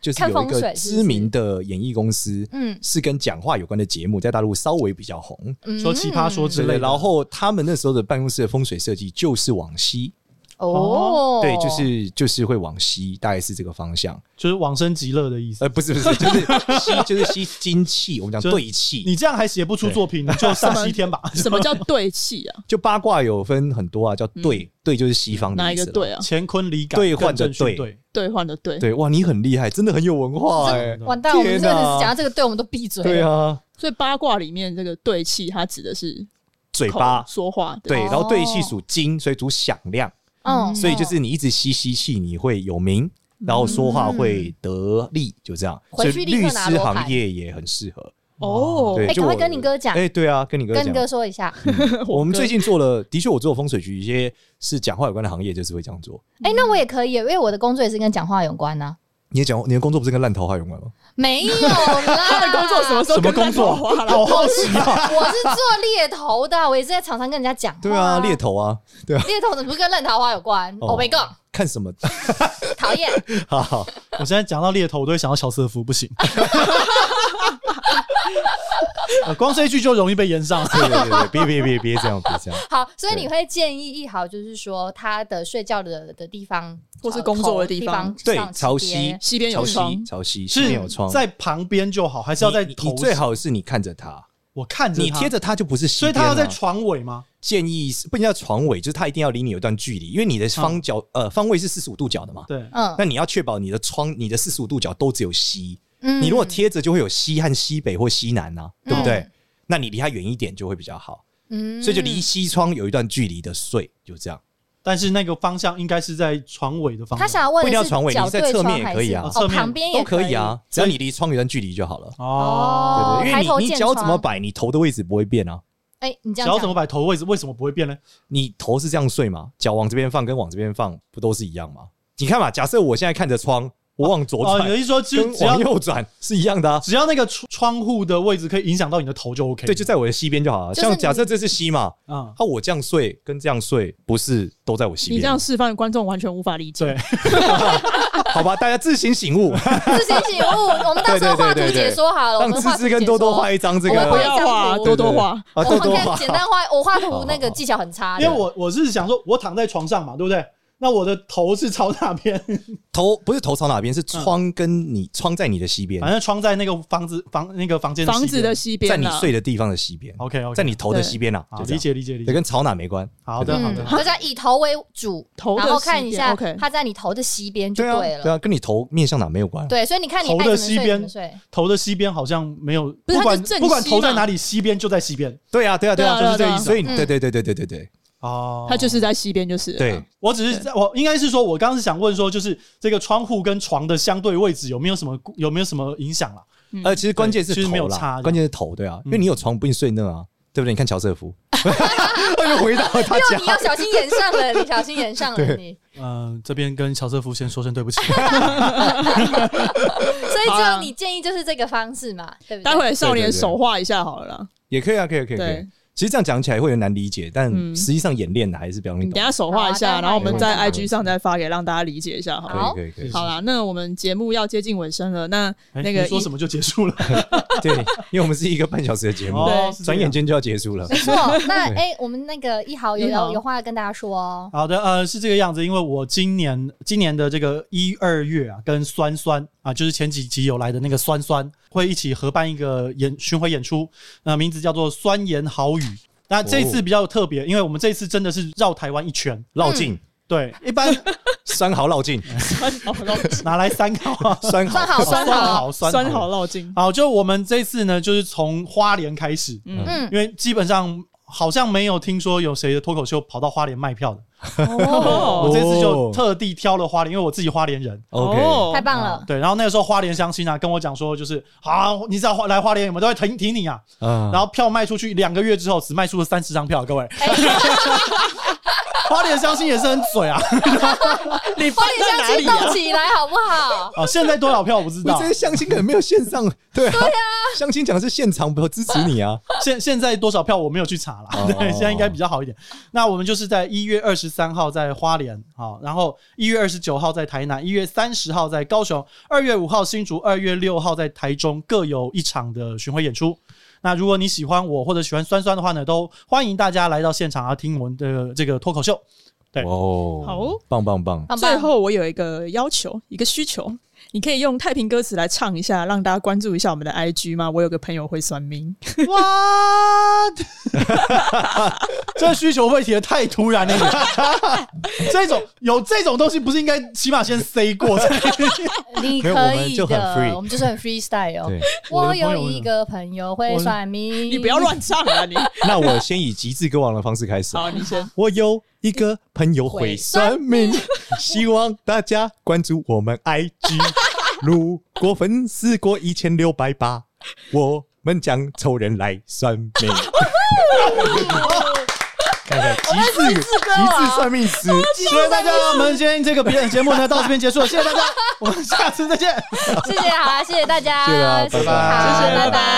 [SPEAKER 3] 就是
[SPEAKER 2] 看
[SPEAKER 3] 有一
[SPEAKER 2] 风水
[SPEAKER 3] 个
[SPEAKER 2] 是不是
[SPEAKER 3] 知名的演艺公司，
[SPEAKER 2] 嗯
[SPEAKER 3] 是跟讲话有关的节目，在大陆稍微比较红。
[SPEAKER 2] 嗯
[SPEAKER 4] 说奇葩说之
[SPEAKER 3] 对
[SPEAKER 4] 类
[SPEAKER 3] 对，
[SPEAKER 4] 的，
[SPEAKER 3] 然后他们那时候的办公室的风水设计就是往西，
[SPEAKER 2] 哦，
[SPEAKER 3] 对，就是就是会往西，大概是这个方向。
[SPEAKER 4] 就是往生极乐的意思。
[SPEAKER 3] 呃，不是不 是，就是吸，就是吸精气，我们讲
[SPEAKER 4] 就是
[SPEAKER 3] 对气。
[SPEAKER 4] 你这样还写不出作品，你就上西天吧。
[SPEAKER 1] 什么叫对气 啊？
[SPEAKER 3] 就八卦有分很多啊，叫对，对就是西方的
[SPEAKER 1] 哪
[SPEAKER 3] 意
[SPEAKER 1] 一
[SPEAKER 3] 思
[SPEAKER 1] 个
[SPEAKER 3] 啦
[SPEAKER 1] 对啊？
[SPEAKER 4] 乾坤离感
[SPEAKER 3] 兑换的
[SPEAKER 4] 更正
[SPEAKER 3] 兑
[SPEAKER 4] 训对，
[SPEAKER 1] 兑换的兑。
[SPEAKER 3] 对，哇，你很厉害，真的很有文化哎、
[SPEAKER 2] 完蛋，我们
[SPEAKER 3] 天
[SPEAKER 2] 真的
[SPEAKER 3] 哪
[SPEAKER 2] 是讲到这个，对我们都闭嘴。
[SPEAKER 3] 对，啊，
[SPEAKER 1] 所以八卦里面这个对气，它指的是
[SPEAKER 3] 嘴
[SPEAKER 1] 口
[SPEAKER 3] 巴
[SPEAKER 1] 说话的。
[SPEAKER 3] 对，
[SPEAKER 2] 哦
[SPEAKER 3] 然后对气属金，所以主响亮，
[SPEAKER 2] 嗯，
[SPEAKER 3] 所以就是你一直吸吸气，你会有名，然后说话会得力，就这样。所
[SPEAKER 2] 回
[SPEAKER 3] 以
[SPEAKER 2] 去立刻
[SPEAKER 3] 律
[SPEAKER 2] 拿
[SPEAKER 3] 师
[SPEAKER 2] 罗
[SPEAKER 3] 行
[SPEAKER 2] 盘
[SPEAKER 3] 业也很适合。
[SPEAKER 1] 哦，
[SPEAKER 3] 对
[SPEAKER 2] 哎，
[SPEAKER 3] 就
[SPEAKER 2] 赶快
[SPEAKER 3] 我
[SPEAKER 2] 跟你哥讲
[SPEAKER 3] 哎，对啊，跟你哥
[SPEAKER 2] 跟
[SPEAKER 3] 讲
[SPEAKER 2] 你，哥说一下。
[SPEAKER 3] 我们
[SPEAKER 1] 哥
[SPEAKER 3] 最近做了，的确我做风水局一些是讲话有关的行业，就是会这样做。
[SPEAKER 2] 哎，那我也可以，因为我的工作也是跟讲话有关呢。
[SPEAKER 3] 你的讲你的工作不是跟烂桃花有关吗？
[SPEAKER 2] 没有 啦，
[SPEAKER 1] 他的 工作什么时候
[SPEAKER 4] 什么
[SPEAKER 1] 跟烂
[SPEAKER 4] 工作？
[SPEAKER 1] 桃花啦
[SPEAKER 2] 哦
[SPEAKER 4] 好好奇啊！
[SPEAKER 2] 我是做猎头的，我也是在场上跟人家讲话。
[SPEAKER 3] 对啊，猎头啊，对啊，
[SPEAKER 2] 猎头怎么跟烂桃花有关？
[SPEAKER 3] 哦
[SPEAKER 2] 我没讲，
[SPEAKER 3] 看什 么？
[SPEAKER 2] 讨 厌。
[SPEAKER 3] 哈哈，
[SPEAKER 4] 我现在讲到猎头，我都会想到乔瑟夫，不行。呃光这一句就容易被延上。
[SPEAKER 3] 对对对对，别别别别 这样，别这样。
[SPEAKER 2] 好，所以
[SPEAKER 3] 对
[SPEAKER 2] 你会建议一豪，就是说他的睡觉的的地方，
[SPEAKER 1] 或是工作的
[SPEAKER 2] 地
[SPEAKER 1] 地
[SPEAKER 2] 方
[SPEAKER 1] 方，
[SPEAKER 3] 对
[SPEAKER 2] 上，
[SPEAKER 3] 潮
[SPEAKER 2] 西
[SPEAKER 3] 汐
[SPEAKER 2] 边，
[SPEAKER 1] 西边有
[SPEAKER 3] 潮
[SPEAKER 1] 窗，
[SPEAKER 3] 汐，潮汐，西
[SPEAKER 4] 是
[SPEAKER 3] 边有窗，
[SPEAKER 4] 在旁边就好，还是要在
[SPEAKER 3] 你你
[SPEAKER 4] 头？
[SPEAKER 3] 你最，好是你看着它，
[SPEAKER 4] 我看着
[SPEAKER 3] 你
[SPEAKER 4] 他
[SPEAKER 3] 贴，着它就不是西
[SPEAKER 4] 所以
[SPEAKER 3] 边
[SPEAKER 4] 他要
[SPEAKER 3] 了
[SPEAKER 4] 在床尾吗？
[SPEAKER 3] 建议是不一定要床尾，就是它一定要离你有一段距离，因为你的方角、呃方位是四十五度角的嘛。
[SPEAKER 4] 嗯对，
[SPEAKER 2] 嗯
[SPEAKER 3] 那你要确保你的窗、你的四十五度角都只有西，
[SPEAKER 2] 嗯
[SPEAKER 3] 你如果贴着就会有西和西北或西南呐、对不对？
[SPEAKER 2] 嗯
[SPEAKER 3] 那你离它远一点就会比较好，
[SPEAKER 2] 嗯
[SPEAKER 3] 所以就离西窗有一段距离的睡，就这样。
[SPEAKER 4] 但是那个方向应该是在床尾的方
[SPEAKER 2] 他
[SPEAKER 4] 向。
[SPEAKER 2] 想要问
[SPEAKER 3] 不一
[SPEAKER 2] 的
[SPEAKER 3] 定要
[SPEAKER 2] 是
[SPEAKER 3] 床尾
[SPEAKER 2] 脚
[SPEAKER 3] 你在
[SPEAKER 2] 对
[SPEAKER 3] 侧
[SPEAKER 2] 窗
[SPEAKER 3] 面也
[SPEAKER 2] 还
[SPEAKER 3] 可以
[SPEAKER 2] 是
[SPEAKER 3] 啊
[SPEAKER 4] 侧
[SPEAKER 2] 哦，
[SPEAKER 4] 面
[SPEAKER 2] 旁边
[SPEAKER 3] 都
[SPEAKER 2] 也
[SPEAKER 3] 可以
[SPEAKER 2] 以。
[SPEAKER 3] 啊，只要你离窗有一段距离就好了。
[SPEAKER 4] 哦，
[SPEAKER 2] 哦
[SPEAKER 3] 对对，因
[SPEAKER 2] 抬头
[SPEAKER 3] 为你你
[SPEAKER 2] 见
[SPEAKER 3] 脚怎么
[SPEAKER 2] 窗
[SPEAKER 3] 摆，你头的位置不会变啊。
[SPEAKER 2] 哎，你这样
[SPEAKER 4] 脚
[SPEAKER 2] 讲
[SPEAKER 4] 怎么摆头位置？为什么不会变呢？
[SPEAKER 3] 你头是这样睡嘛，脚往这边放跟往这边放不都是一样吗？你看嘛，假设我现在看着窗，我往左
[SPEAKER 4] 哦，
[SPEAKER 3] 转、
[SPEAKER 4] 你的意思说，就
[SPEAKER 3] 跟
[SPEAKER 4] 只要
[SPEAKER 3] 往右转是一样的啊。
[SPEAKER 4] 只要那个窗窗户的位置可以影响到你的头就 OK。
[SPEAKER 3] 对，就在我的西边就好了。
[SPEAKER 2] 就是
[SPEAKER 3] 像
[SPEAKER 2] 你
[SPEAKER 3] 假设这是西嘛，
[SPEAKER 4] 啊，
[SPEAKER 3] 啊，我这样睡跟这样睡不是都在我西
[SPEAKER 1] 你
[SPEAKER 3] 边？
[SPEAKER 1] 这样示范，观众完全无法理解。
[SPEAKER 4] 对，
[SPEAKER 3] 好吧，大家自行 醒悟，
[SPEAKER 2] 自行醒悟，哦我们到时候画图
[SPEAKER 3] 对对对对对
[SPEAKER 2] 解说好了，我
[SPEAKER 3] 让
[SPEAKER 2] 们画
[SPEAKER 3] 芝
[SPEAKER 2] 图
[SPEAKER 3] 芝跟
[SPEAKER 2] 解
[SPEAKER 3] 多多
[SPEAKER 2] 说
[SPEAKER 3] 画一张这
[SPEAKER 2] 我们
[SPEAKER 1] 不
[SPEAKER 2] 会
[SPEAKER 3] 个
[SPEAKER 1] 要画，
[SPEAKER 2] 对
[SPEAKER 1] 多多画。
[SPEAKER 3] 啊，
[SPEAKER 2] 我
[SPEAKER 3] 多多
[SPEAKER 2] 们可
[SPEAKER 3] 画
[SPEAKER 2] 以简单画，我画图那个技巧很差的，
[SPEAKER 4] 因为我我是想说，我躺在床上嘛，对不对？那我的头是朝哪边？
[SPEAKER 3] 头不是头朝哪边，是窗跟
[SPEAKER 2] 嗯
[SPEAKER 3] 你窗在你的西边
[SPEAKER 4] 反，正窗在那个房子房那个房间
[SPEAKER 1] 房
[SPEAKER 4] 西
[SPEAKER 1] 子
[SPEAKER 4] 边
[SPEAKER 1] 的西
[SPEAKER 3] 在
[SPEAKER 1] 边啊
[SPEAKER 3] 你
[SPEAKER 1] 啦
[SPEAKER 3] 睡的地方的西边，
[SPEAKER 4] OK OK，
[SPEAKER 3] 在你头的西边啦，啊
[SPEAKER 4] 好
[SPEAKER 3] 就这
[SPEAKER 4] 理
[SPEAKER 3] 样，
[SPEAKER 4] 解理解理
[SPEAKER 3] 对，
[SPEAKER 4] 解。
[SPEAKER 3] 跟朝哪没关。
[SPEAKER 4] 好的
[SPEAKER 3] 对
[SPEAKER 4] 好
[SPEAKER 2] 嗯，
[SPEAKER 4] 的，
[SPEAKER 2] 大家以头为主，
[SPEAKER 1] 头的
[SPEAKER 2] 然后看一
[SPEAKER 1] 西边
[SPEAKER 2] 下
[SPEAKER 1] ，OK
[SPEAKER 2] 它在你头的西边就
[SPEAKER 3] 啊，对
[SPEAKER 2] 了。
[SPEAKER 3] 啊，跟你头面向哪没有关。
[SPEAKER 2] 对，所以你看你
[SPEAKER 4] 头的
[SPEAKER 2] 爱怎么
[SPEAKER 4] 西
[SPEAKER 2] 睡
[SPEAKER 4] 边
[SPEAKER 2] 怎么睡，
[SPEAKER 4] 头的西边好像没有，
[SPEAKER 1] 不是它
[SPEAKER 4] 管
[SPEAKER 1] 就正
[SPEAKER 4] 不管
[SPEAKER 1] 西
[SPEAKER 4] 头在
[SPEAKER 1] 嘛
[SPEAKER 4] 哪里，西边就在西边
[SPEAKER 3] 对啊，对啊，对啊，
[SPEAKER 1] 对
[SPEAKER 3] 就
[SPEAKER 1] 啊
[SPEAKER 3] 是这个意思。所
[SPEAKER 4] 对
[SPEAKER 3] 以，
[SPEAKER 2] 对啊
[SPEAKER 3] 对对对对对对对
[SPEAKER 4] 哦。
[SPEAKER 1] 它就是在西边，就是了
[SPEAKER 3] 对。
[SPEAKER 4] 我只是在我应该是说，我刚刚是想问说，就是这个窗户跟床的相对位置有没有什么有没有什么影响啦？
[SPEAKER 1] 嗯
[SPEAKER 3] 呃，其实关键是
[SPEAKER 4] 对其实没有
[SPEAKER 3] 头
[SPEAKER 4] 差
[SPEAKER 3] 啦，
[SPEAKER 4] 的
[SPEAKER 3] 关键是头，对啊，因为你有床不一定睡那啊，对不对？你看乔瑟夫， 他就回答了他
[SPEAKER 2] 哦又你要
[SPEAKER 3] 讲，
[SPEAKER 2] 小心演上了，你小心演上了
[SPEAKER 3] 对
[SPEAKER 2] 你。
[SPEAKER 4] 嗯，这边跟乔瑟夫先说 声对不起。哎
[SPEAKER 2] 所以只有你建议就是这个方式嘛，对不对？
[SPEAKER 1] 待会少
[SPEAKER 3] 对
[SPEAKER 1] 年
[SPEAKER 3] 对对
[SPEAKER 1] 手画一下好了啦。
[SPEAKER 3] 也可以啊，可以啊，可以，可以
[SPEAKER 1] 对。
[SPEAKER 3] 其实这样讲起来会有点难理解，但
[SPEAKER 1] 嗯
[SPEAKER 3] 实际上演练的还是比较容易
[SPEAKER 1] 你等
[SPEAKER 3] 懂
[SPEAKER 1] 一。下手画一
[SPEAKER 2] 好
[SPEAKER 1] 下，
[SPEAKER 2] 啊
[SPEAKER 1] 然后我们在
[SPEAKER 2] 待会
[SPEAKER 1] IG 上再发给让大家理解一下好了。
[SPEAKER 2] 好
[SPEAKER 3] 可以，可以，可以。
[SPEAKER 1] 好啦，那我们节目要接近尾声了，那
[SPEAKER 4] 哎
[SPEAKER 1] 那个
[SPEAKER 4] 你说
[SPEAKER 1] 一
[SPEAKER 4] 什么就结束了，
[SPEAKER 3] 对，因为我们是一个半小时的节目，
[SPEAKER 4] 哦
[SPEAKER 1] 对
[SPEAKER 4] 是这
[SPEAKER 3] 转
[SPEAKER 4] 样
[SPEAKER 3] 眼间就要结束了。
[SPEAKER 2] 没错。那
[SPEAKER 3] 对
[SPEAKER 2] 哎、我们那个一豪有
[SPEAKER 1] 一豪
[SPEAKER 2] 有有话要跟大家说哦。
[SPEAKER 4] 好的，呃，是这个样子，因为我今年今年的这个一二月啊，跟酸酸啊，就是前几集有来的那个酸酸，会一起合办一个演巡回演出，那、名字叫做《酸言好语》。那这次比较特别，因为我们这次真的是绕台湾一圈，
[SPEAKER 3] 绕境，
[SPEAKER 4] 对，一般
[SPEAKER 3] 酸蚝绕境，
[SPEAKER 4] 拿来参考啊。
[SPEAKER 3] 酸
[SPEAKER 2] 算
[SPEAKER 3] 蚝，
[SPEAKER 2] 好，算好，
[SPEAKER 4] 好，酸
[SPEAKER 1] 酸
[SPEAKER 4] 好
[SPEAKER 1] 好。绕 境，
[SPEAKER 4] 好，就我们这次呢，就是从花莲开始，
[SPEAKER 1] 嗯，
[SPEAKER 2] 嗯，
[SPEAKER 4] 因为基本上好像没有听说有谁的脱口秀跑到花莲卖票的。
[SPEAKER 1] 哦哦
[SPEAKER 4] 我这次就
[SPEAKER 3] 哦
[SPEAKER 4] 特地挑了花莲，因为我自己花莲人。
[SPEAKER 3] OK，
[SPEAKER 2] 太棒了。
[SPEAKER 4] 对，然后那个时候花莲相亲啊，跟我讲说就是啊，你只要花来花莲，我们都会挺挺你啊。
[SPEAKER 3] 嗯
[SPEAKER 4] 然后票卖出去两个月之后，只卖出了三十张票，各位。花莲相亲也是很 嘴啊，
[SPEAKER 1] 你
[SPEAKER 2] 花
[SPEAKER 1] 放
[SPEAKER 2] 莲
[SPEAKER 1] 在哪
[SPEAKER 2] 相
[SPEAKER 1] 里
[SPEAKER 2] 亲
[SPEAKER 1] 啊
[SPEAKER 2] 动？起来好不好？
[SPEAKER 4] 啊，现在多少票我不知
[SPEAKER 3] 我
[SPEAKER 4] 道
[SPEAKER 3] 这，个相亲可能没有线上，对啊，相亲讲的是现场，我支持你啊，
[SPEAKER 4] 现现在多少票我没有去查啦。
[SPEAKER 3] 哦
[SPEAKER 4] 对，现在应该比较好一点。那我们就是在一月二十三号在花莲好，然后一月二十九号在台南，一月三十号在高雄，二月五号新竹，二月六号在台中各有一场的巡回演出。那如果你喜欢我或者喜欢酸酸的话呢，都欢迎大家来到现场啊，听我们的这个脱口秀。对
[SPEAKER 3] 哦，
[SPEAKER 1] 好，
[SPEAKER 3] 棒棒棒，
[SPEAKER 2] 棒棒
[SPEAKER 1] 最后我有一个要求，一个需求，你可以用太平歌词来唱一下，让大家关注一下我们的 IG 吗？我有个朋友会算命，
[SPEAKER 4] What？这需求问题也太突然了一 点，这种有这种东西不是应该起码先 say 过才？
[SPEAKER 2] 你
[SPEAKER 3] 没有
[SPEAKER 2] 可
[SPEAKER 3] 我们
[SPEAKER 2] 以
[SPEAKER 3] 就很
[SPEAKER 2] 的，
[SPEAKER 3] free
[SPEAKER 2] 我们 就是很 freestyle
[SPEAKER 3] 对。
[SPEAKER 2] 我
[SPEAKER 4] 我的朋友
[SPEAKER 2] 有一个朋友会
[SPEAKER 4] 我
[SPEAKER 2] 算命，
[SPEAKER 1] 你不要乱唱啊！你
[SPEAKER 3] 那我先以极致歌王的方式开始。
[SPEAKER 1] 好，你先。
[SPEAKER 3] 我有一个朋友会算命，希望大家关注我们 IG。如果粉丝过一千六百八，我们将抽人来算命。 看看极致极
[SPEAKER 4] 啊
[SPEAKER 3] 致算命师，
[SPEAKER 4] 所以大家，我们今天这个表演节目呢，到这边结束了，谢谢大家，我们下次再见。
[SPEAKER 2] 谢谢，好啦，谢谢大家，
[SPEAKER 3] 谢谢啊拜拜
[SPEAKER 2] 好
[SPEAKER 1] 谢谢
[SPEAKER 2] 拜
[SPEAKER 1] 拜拜